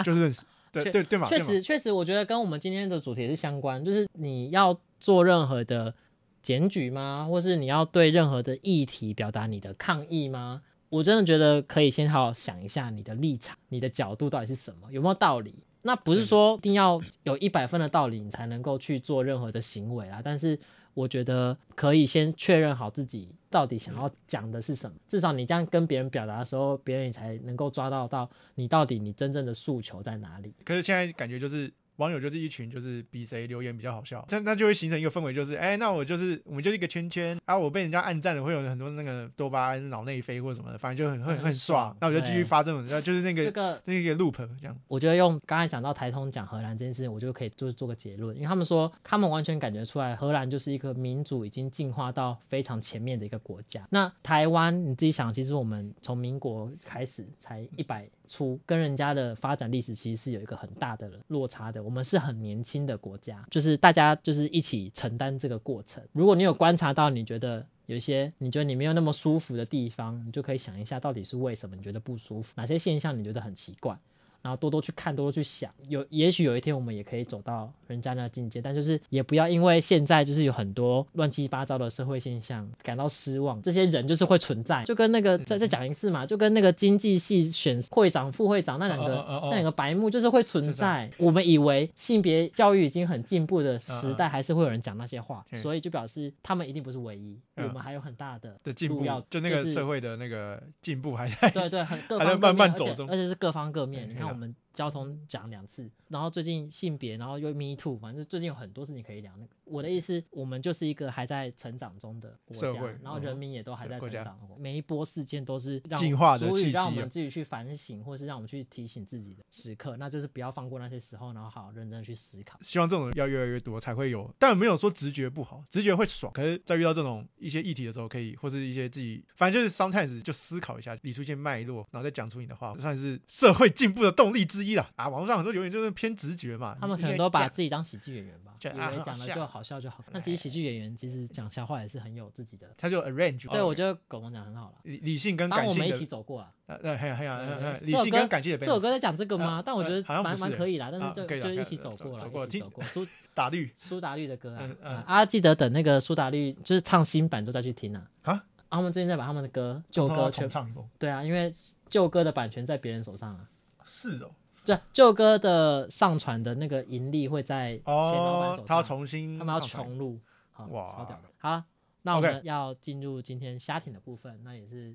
Speaker 1: 就事论事，对
Speaker 2: 确
Speaker 1: 对对嘛，
Speaker 2: 确
Speaker 1: 对嘛
Speaker 2: 实，确实，我觉得跟我们今天的主题是相关，就是你要做任何的检举吗，或是你要对任何的议题表达你的抗议吗？我真的觉得可以先好好想一下你的立场、你的角度到底是什么，有没有道理。那不
Speaker 1: 嗯
Speaker 2: 是说一定要有一百分的道理，你才能够去做任何的行为啦。但是我觉得可以先确认好自己到底
Speaker 1: 嗯
Speaker 2: 想要讲的是什么，至少你这样跟别人表达的时候，别人也才能够抓到到你到底你真正的诉求在哪里。
Speaker 1: 可是现在感觉就是网友就是一群就是比谁留言比较好笑，但那就会形成一个氛围，就是哎、那我就是我们就是一个圈圈啊，我被人家暗赞了，会有很多那个多巴胺脑内啡或者什么的，反正就很很
Speaker 2: 很
Speaker 1: 很爽
Speaker 2: 爽。
Speaker 1: 那我就继续
Speaker 2: 对
Speaker 1: 发这种，就是那
Speaker 2: 这
Speaker 1: 个
Speaker 2: 个
Speaker 1: 那个 loop 这样。
Speaker 2: 我觉得用刚才讲到台通讲荷兰这件事，我就可以就是做个结论，因为他们说他们完全感觉出来，荷兰就是一个民主已经进化到非常前面的一个国家。那台湾你自己想，其实我们从民国开始才一百出，跟人家的发展历史其实是有一个很大的落差的。我们是很年轻的国家，就是大家就是一起承担这个过程。如果你有观察到，你觉得有一些你觉得你没有那么舒服的地方，你就可以想一下到底是为什么你觉得不舒服，哪些现象你觉得很奇怪。然后多多去看，多多去想，有也许有一天我们也可以走到人家那境界，但就是也不要因为现在就是有很多乱七八糟的社会现象感到失望，这些人就是会存在，就跟那
Speaker 1: 嗯
Speaker 2: 个再再讲一次嘛，就跟那个经济系选会长、副会长那两个
Speaker 1: 哦哦哦哦
Speaker 2: 那两个白目就是会存在。我们以为性别教育已经很进步的时代，还是会有人讲那些话，
Speaker 1: 啊嗯
Speaker 2: 所以就表示他们一定不是唯一，我
Speaker 1: 嗯
Speaker 2: 们还有很大的
Speaker 1: 的进
Speaker 2: 路
Speaker 1: 步
Speaker 2: 要，
Speaker 1: 就那个
Speaker 2: 是
Speaker 1: 社会的那个进步还在。
Speaker 2: 对对，很各
Speaker 1: 还
Speaker 2: 方
Speaker 1: 在
Speaker 2: 各
Speaker 1: 慢
Speaker 2: 面
Speaker 1: 慢
Speaker 2: 而
Speaker 1: 走
Speaker 2: 且
Speaker 1: 中
Speaker 2: 而且是各方各面。
Speaker 1: 对
Speaker 2: 你
Speaker 1: 对
Speaker 2: 看
Speaker 1: 啊
Speaker 2: 我们交通讲两次，然后最近性别，然后又 Me Too，反正最近有很多事情可以聊。那个我的意思，我们就是一个还在成长中的国
Speaker 1: 社
Speaker 2: 家
Speaker 1: 会，
Speaker 2: 然后
Speaker 1: 嗯
Speaker 2: 人民也都还
Speaker 1: 是
Speaker 2: 在
Speaker 1: 国
Speaker 2: 成
Speaker 1: 家
Speaker 2: 长。每一波事件都是让
Speaker 1: 进
Speaker 2: 我
Speaker 1: 化的
Speaker 2: 足以
Speaker 1: 契
Speaker 2: 让我
Speaker 1: 机
Speaker 2: 们
Speaker 1: 啊
Speaker 2: 自己去反省，或是让我们去提醒自己的时刻。那就是不要放过那些时候，然后好好认真地去思考。
Speaker 1: 希望这种要越来越多，才会有。但没有说直觉不好，直觉会爽。可是，在遇到这种一些议题的时候，可以或是一些自己，反正就是 sometimes 就思考一下，理出一些脉络，然后再讲出你的话，算是社会进步的动力之一啦。啊，网络上很多留言就是偏直觉嘛，
Speaker 2: 他们
Speaker 1: 你
Speaker 2: 可能
Speaker 1: 应该
Speaker 2: 都
Speaker 1: 这
Speaker 2: 把
Speaker 1: 样
Speaker 2: 自己当喜剧演员吧，以
Speaker 1: 就啊
Speaker 2: 为
Speaker 1: 很
Speaker 2: 讲
Speaker 1: 好
Speaker 2: 的就
Speaker 1: 笑哎
Speaker 2: 好笑就好。那其实喜剧演员其实讲笑话也是很有自己的。
Speaker 1: 他就 arrange。
Speaker 2: 对，我觉得狗狗讲得很好了。
Speaker 1: 理理性跟
Speaker 2: 帮
Speaker 1: 感
Speaker 2: 我们
Speaker 1: 性
Speaker 2: 一起
Speaker 1: 的，
Speaker 2: 走过啊。
Speaker 1: 呃，呃很很
Speaker 2: 对对
Speaker 1: 很
Speaker 2: 对
Speaker 1: 理
Speaker 2: 这首
Speaker 1: 性
Speaker 2: 歌
Speaker 1: 跟感性的
Speaker 2: 这
Speaker 1: balance，
Speaker 2: 首歌在讲这个吗？但我觉得
Speaker 1: 好像不
Speaker 2: 蛮蛮
Speaker 1: 是
Speaker 2: 可以啦，但
Speaker 1: 啊
Speaker 2: 是就
Speaker 1: 可以啦
Speaker 2: 就
Speaker 1: 可以
Speaker 2: 一
Speaker 1: 啦
Speaker 2: 起走过
Speaker 1: 走
Speaker 2: 了，
Speaker 1: 过
Speaker 2: 一起
Speaker 1: 听
Speaker 2: 走过苏
Speaker 1: 打绿
Speaker 2: 苏打绿的歌啊
Speaker 1: 嗯嗯
Speaker 2: 啊啊！记得等那个苏打绿就是唱新版之后再去听啊。
Speaker 1: 啊哦
Speaker 2: 啊，他们最近在把他们的歌旧歌全
Speaker 1: 重唱一波。
Speaker 2: 对啊，因为旧歌的版权在别人手上啊。
Speaker 1: 是哦，
Speaker 2: 就旧歌的上传的那个盈利会在前老板
Speaker 1: 哦
Speaker 2: 手上，，
Speaker 1: 他要重新
Speaker 2: 他们要
Speaker 1: 上传
Speaker 2: 重录，好，
Speaker 1: 哇
Speaker 2: 超屌的。好了，那我
Speaker 1: OK
Speaker 2: 们要进入今天虾艇的部分，那也是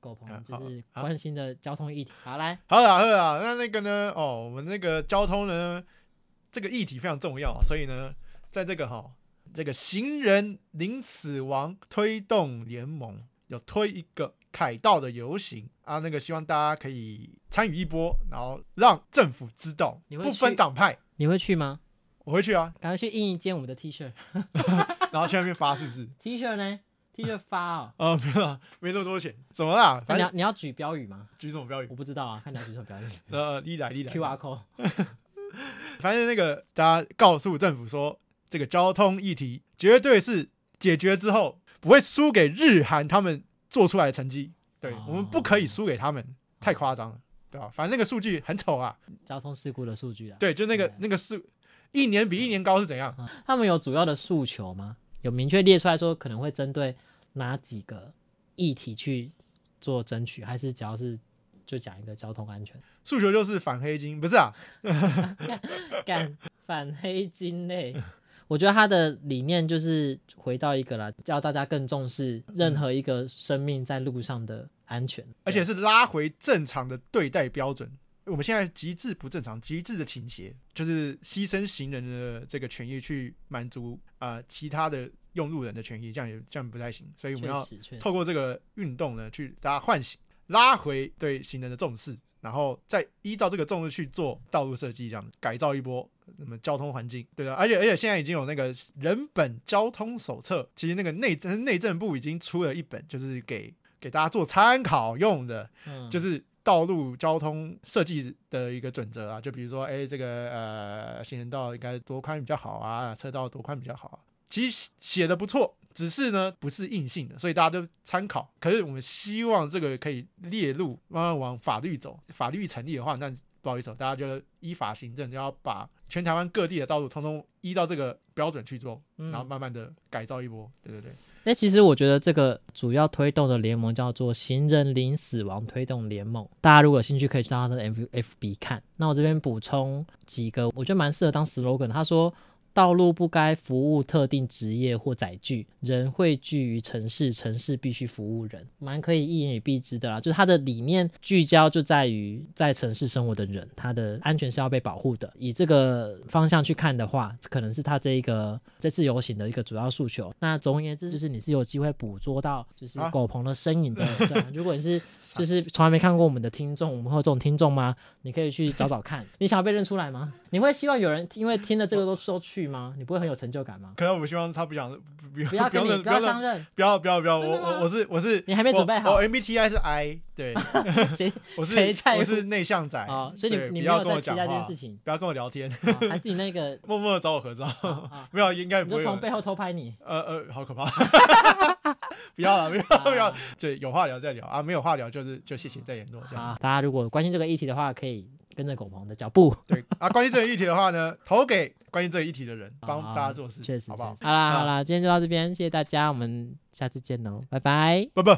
Speaker 2: 狗
Speaker 1: 啊
Speaker 2: 鹏就
Speaker 1: 好
Speaker 2: 是
Speaker 1: 好
Speaker 2: 关心的交通议题。好，来，
Speaker 1: 好啦好啦，那那个呢？哦，我们那个交通呢，这个议题非常重要啊，所以呢，在这个哈、这个行人零死亡推动联盟有推一个凯道的游行啊，那个希望大家可以参与一波，然后让政府知道
Speaker 2: 你会
Speaker 1: 不分
Speaker 2: 去
Speaker 1: 党派，
Speaker 2: 你会去吗？
Speaker 1: 我会去啊，
Speaker 2: 赶快去印一件我们的 T 恤
Speaker 1: 然后去那边发是不是？
Speaker 2: ，T 恤呢？T 恤发哦。
Speaker 1: 啊、没有啊，没那么多钱，怎么啦？
Speaker 2: 那
Speaker 1: [laughs] 反
Speaker 2: 你
Speaker 1: 正
Speaker 2: 要你要举标语吗？
Speaker 1: 举什么标
Speaker 2: [laughs]
Speaker 1: 语
Speaker 2: 我？不知道啊，看你要举什
Speaker 1: [laughs]
Speaker 2: 么标语。
Speaker 1: 呃，历来历来
Speaker 2: QR code，
Speaker 1: 反正那个大家告诉政府说，这个交通议题绝对是解决之后不会输给日韩他们做出来的成绩。对、
Speaker 2: 哦
Speaker 1: 我们不可以输给他们，太夸张了，对吧？反正那个数据很丑啊，
Speaker 2: 交通事故的数据啊。
Speaker 1: 对，就那个
Speaker 2: 对嗯
Speaker 1: 那个数一年比一年高是怎样？
Speaker 2: 他们有主要的诉求吗？有明确列出来说可能会针对哪几个议题去做争取，还是只要是就讲一个交通
Speaker 1: [laughs]
Speaker 2: 安全？
Speaker 1: 诉求就是反黑金，不是啊？
Speaker 2: 干反黑金类。我觉得他的理念就是回到一个啦，叫大家更重视任何一个生命在路上的安全，
Speaker 1: 而且是拉回正常的对待标准。我们现在极致不正常，极致的倾斜，就是牺牲行人的这个权益去满足啊、呃其他的用路人的权益，这样也这样不太行。所以我们
Speaker 2: 确
Speaker 1: 要
Speaker 2: 实确实
Speaker 1: 透过这个运动呢，去大家唤醒、拉回对行人的重视，然后再依照这个重视去做道路设计，这样改造一波那么交通环境，对啊，而且而且现在已经有那个人本交通手册，其实那个内政内政部已经出了一本，就是给给大家做参考用的，
Speaker 2: 嗯
Speaker 1: 就是道路交通设计的一个准则啊，就比如说，哎，这个呃行人道应该多宽比较好啊，车道多宽比较好、啊，其实写的不错。只是呢，不是硬性的，所以大家都参考。可是我们希望这个可以列入，慢慢往法律走。法律成立的话，那不好意思哦，大家就依法行政，就要把全台湾各地的道路通通依照这个标准去做，
Speaker 2: 嗯
Speaker 1: 然后慢慢的改造一波。对对对，
Speaker 2: 哎、其实我觉得这个主要推动的联盟叫做“行人零死亡推动联盟”，大家如果有兴趣可以去到他的 F F B 看。那我这边补充几个，我觉得蛮适合当 slogan 的。他说：“道路不该服务特定职业或载具，人汇聚于城市，城市必须服务人。”蛮可以一言以蔽之的啦，就是他的理念聚焦就在于在城市生活的人，他的安全是要被保护的。以这个方向去看的话，这可能是他这一个这次游行的一个主要诉求。那总而言之，就是你是有机会捕捉到就是
Speaker 1: 啊
Speaker 2: 狗鹏的身影的。对啊如果你是就是从来没看过我们的听众，我们会有这种听众吗？你可以去找找看。 [laughs] 你想要被认出来吗？你会希望有人因为听了这个都都去吗？你不会很有成就感吗？
Speaker 1: 可是我希望他不想，不不
Speaker 2: [laughs] 不
Speaker 1: 用
Speaker 2: 要跟
Speaker 1: 用
Speaker 2: 你
Speaker 1: 认
Speaker 2: 不要
Speaker 1: 认 [laughs]
Speaker 2: 相认，
Speaker 1: 不要不要不要，我
Speaker 2: 真的吗
Speaker 1: 我我是我是，
Speaker 2: 你还没准备好
Speaker 1: 我我 MBTI 是 I，对
Speaker 2: [laughs] 谁
Speaker 1: 我是
Speaker 2: 谁在乎
Speaker 1: 我是内向仔
Speaker 2: 啊、所以
Speaker 1: 哎
Speaker 2: 你
Speaker 1: 对不
Speaker 2: 你没
Speaker 1: 要
Speaker 2: 有
Speaker 1: 跟我
Speaker 2: 在期
Speaker 1: 讲
Speaker 2: 待这件
Speaker 1: 话
Speaker 2: 事，情，
Speaker 1: 不要跟我聊天， [laughs]
Speaker 2: 啊还是你那个
Speaker 1: 默默的找我合照， [laughs]
Speaker 2: 啊，
Speaker 1: 没有应该也
Speaker 2: 你
Speaker 1: 不
Speaker 2: 就
Speaker 1: 会有
Speaker 2: 从
Speaker 1: 人。
Speaker 2: 背后偷拍你。
Speaker 1: 呃呃，好可怕！ [laughs] 不要了，不要不要
Speaker 2: 啊，
Speaker 1: 对，有话聊再聊啊，没有话聊就是就谢谢再联络这样。
Speaker 2: 啊，大家如果关心这个议题的话，可以跟着狗鹏的脚步。
Speaker 1: 对啊，关于这个议题的话呢，投给关于这个议题的
Speaker 2: [laughs]
Speaker 1: 人，帮
Speaker 2: 啊
Speaker 1: 大家做事，
Speaker 2: 确实，
Speaker 1: 好不好
Speaker 2: 确实？好啦
Speaker 1: 啊
Speaker 2: 好啦，今天就到这边，谢谢大家，我们下次见喽，拜拜。
Speaker 1: 不不。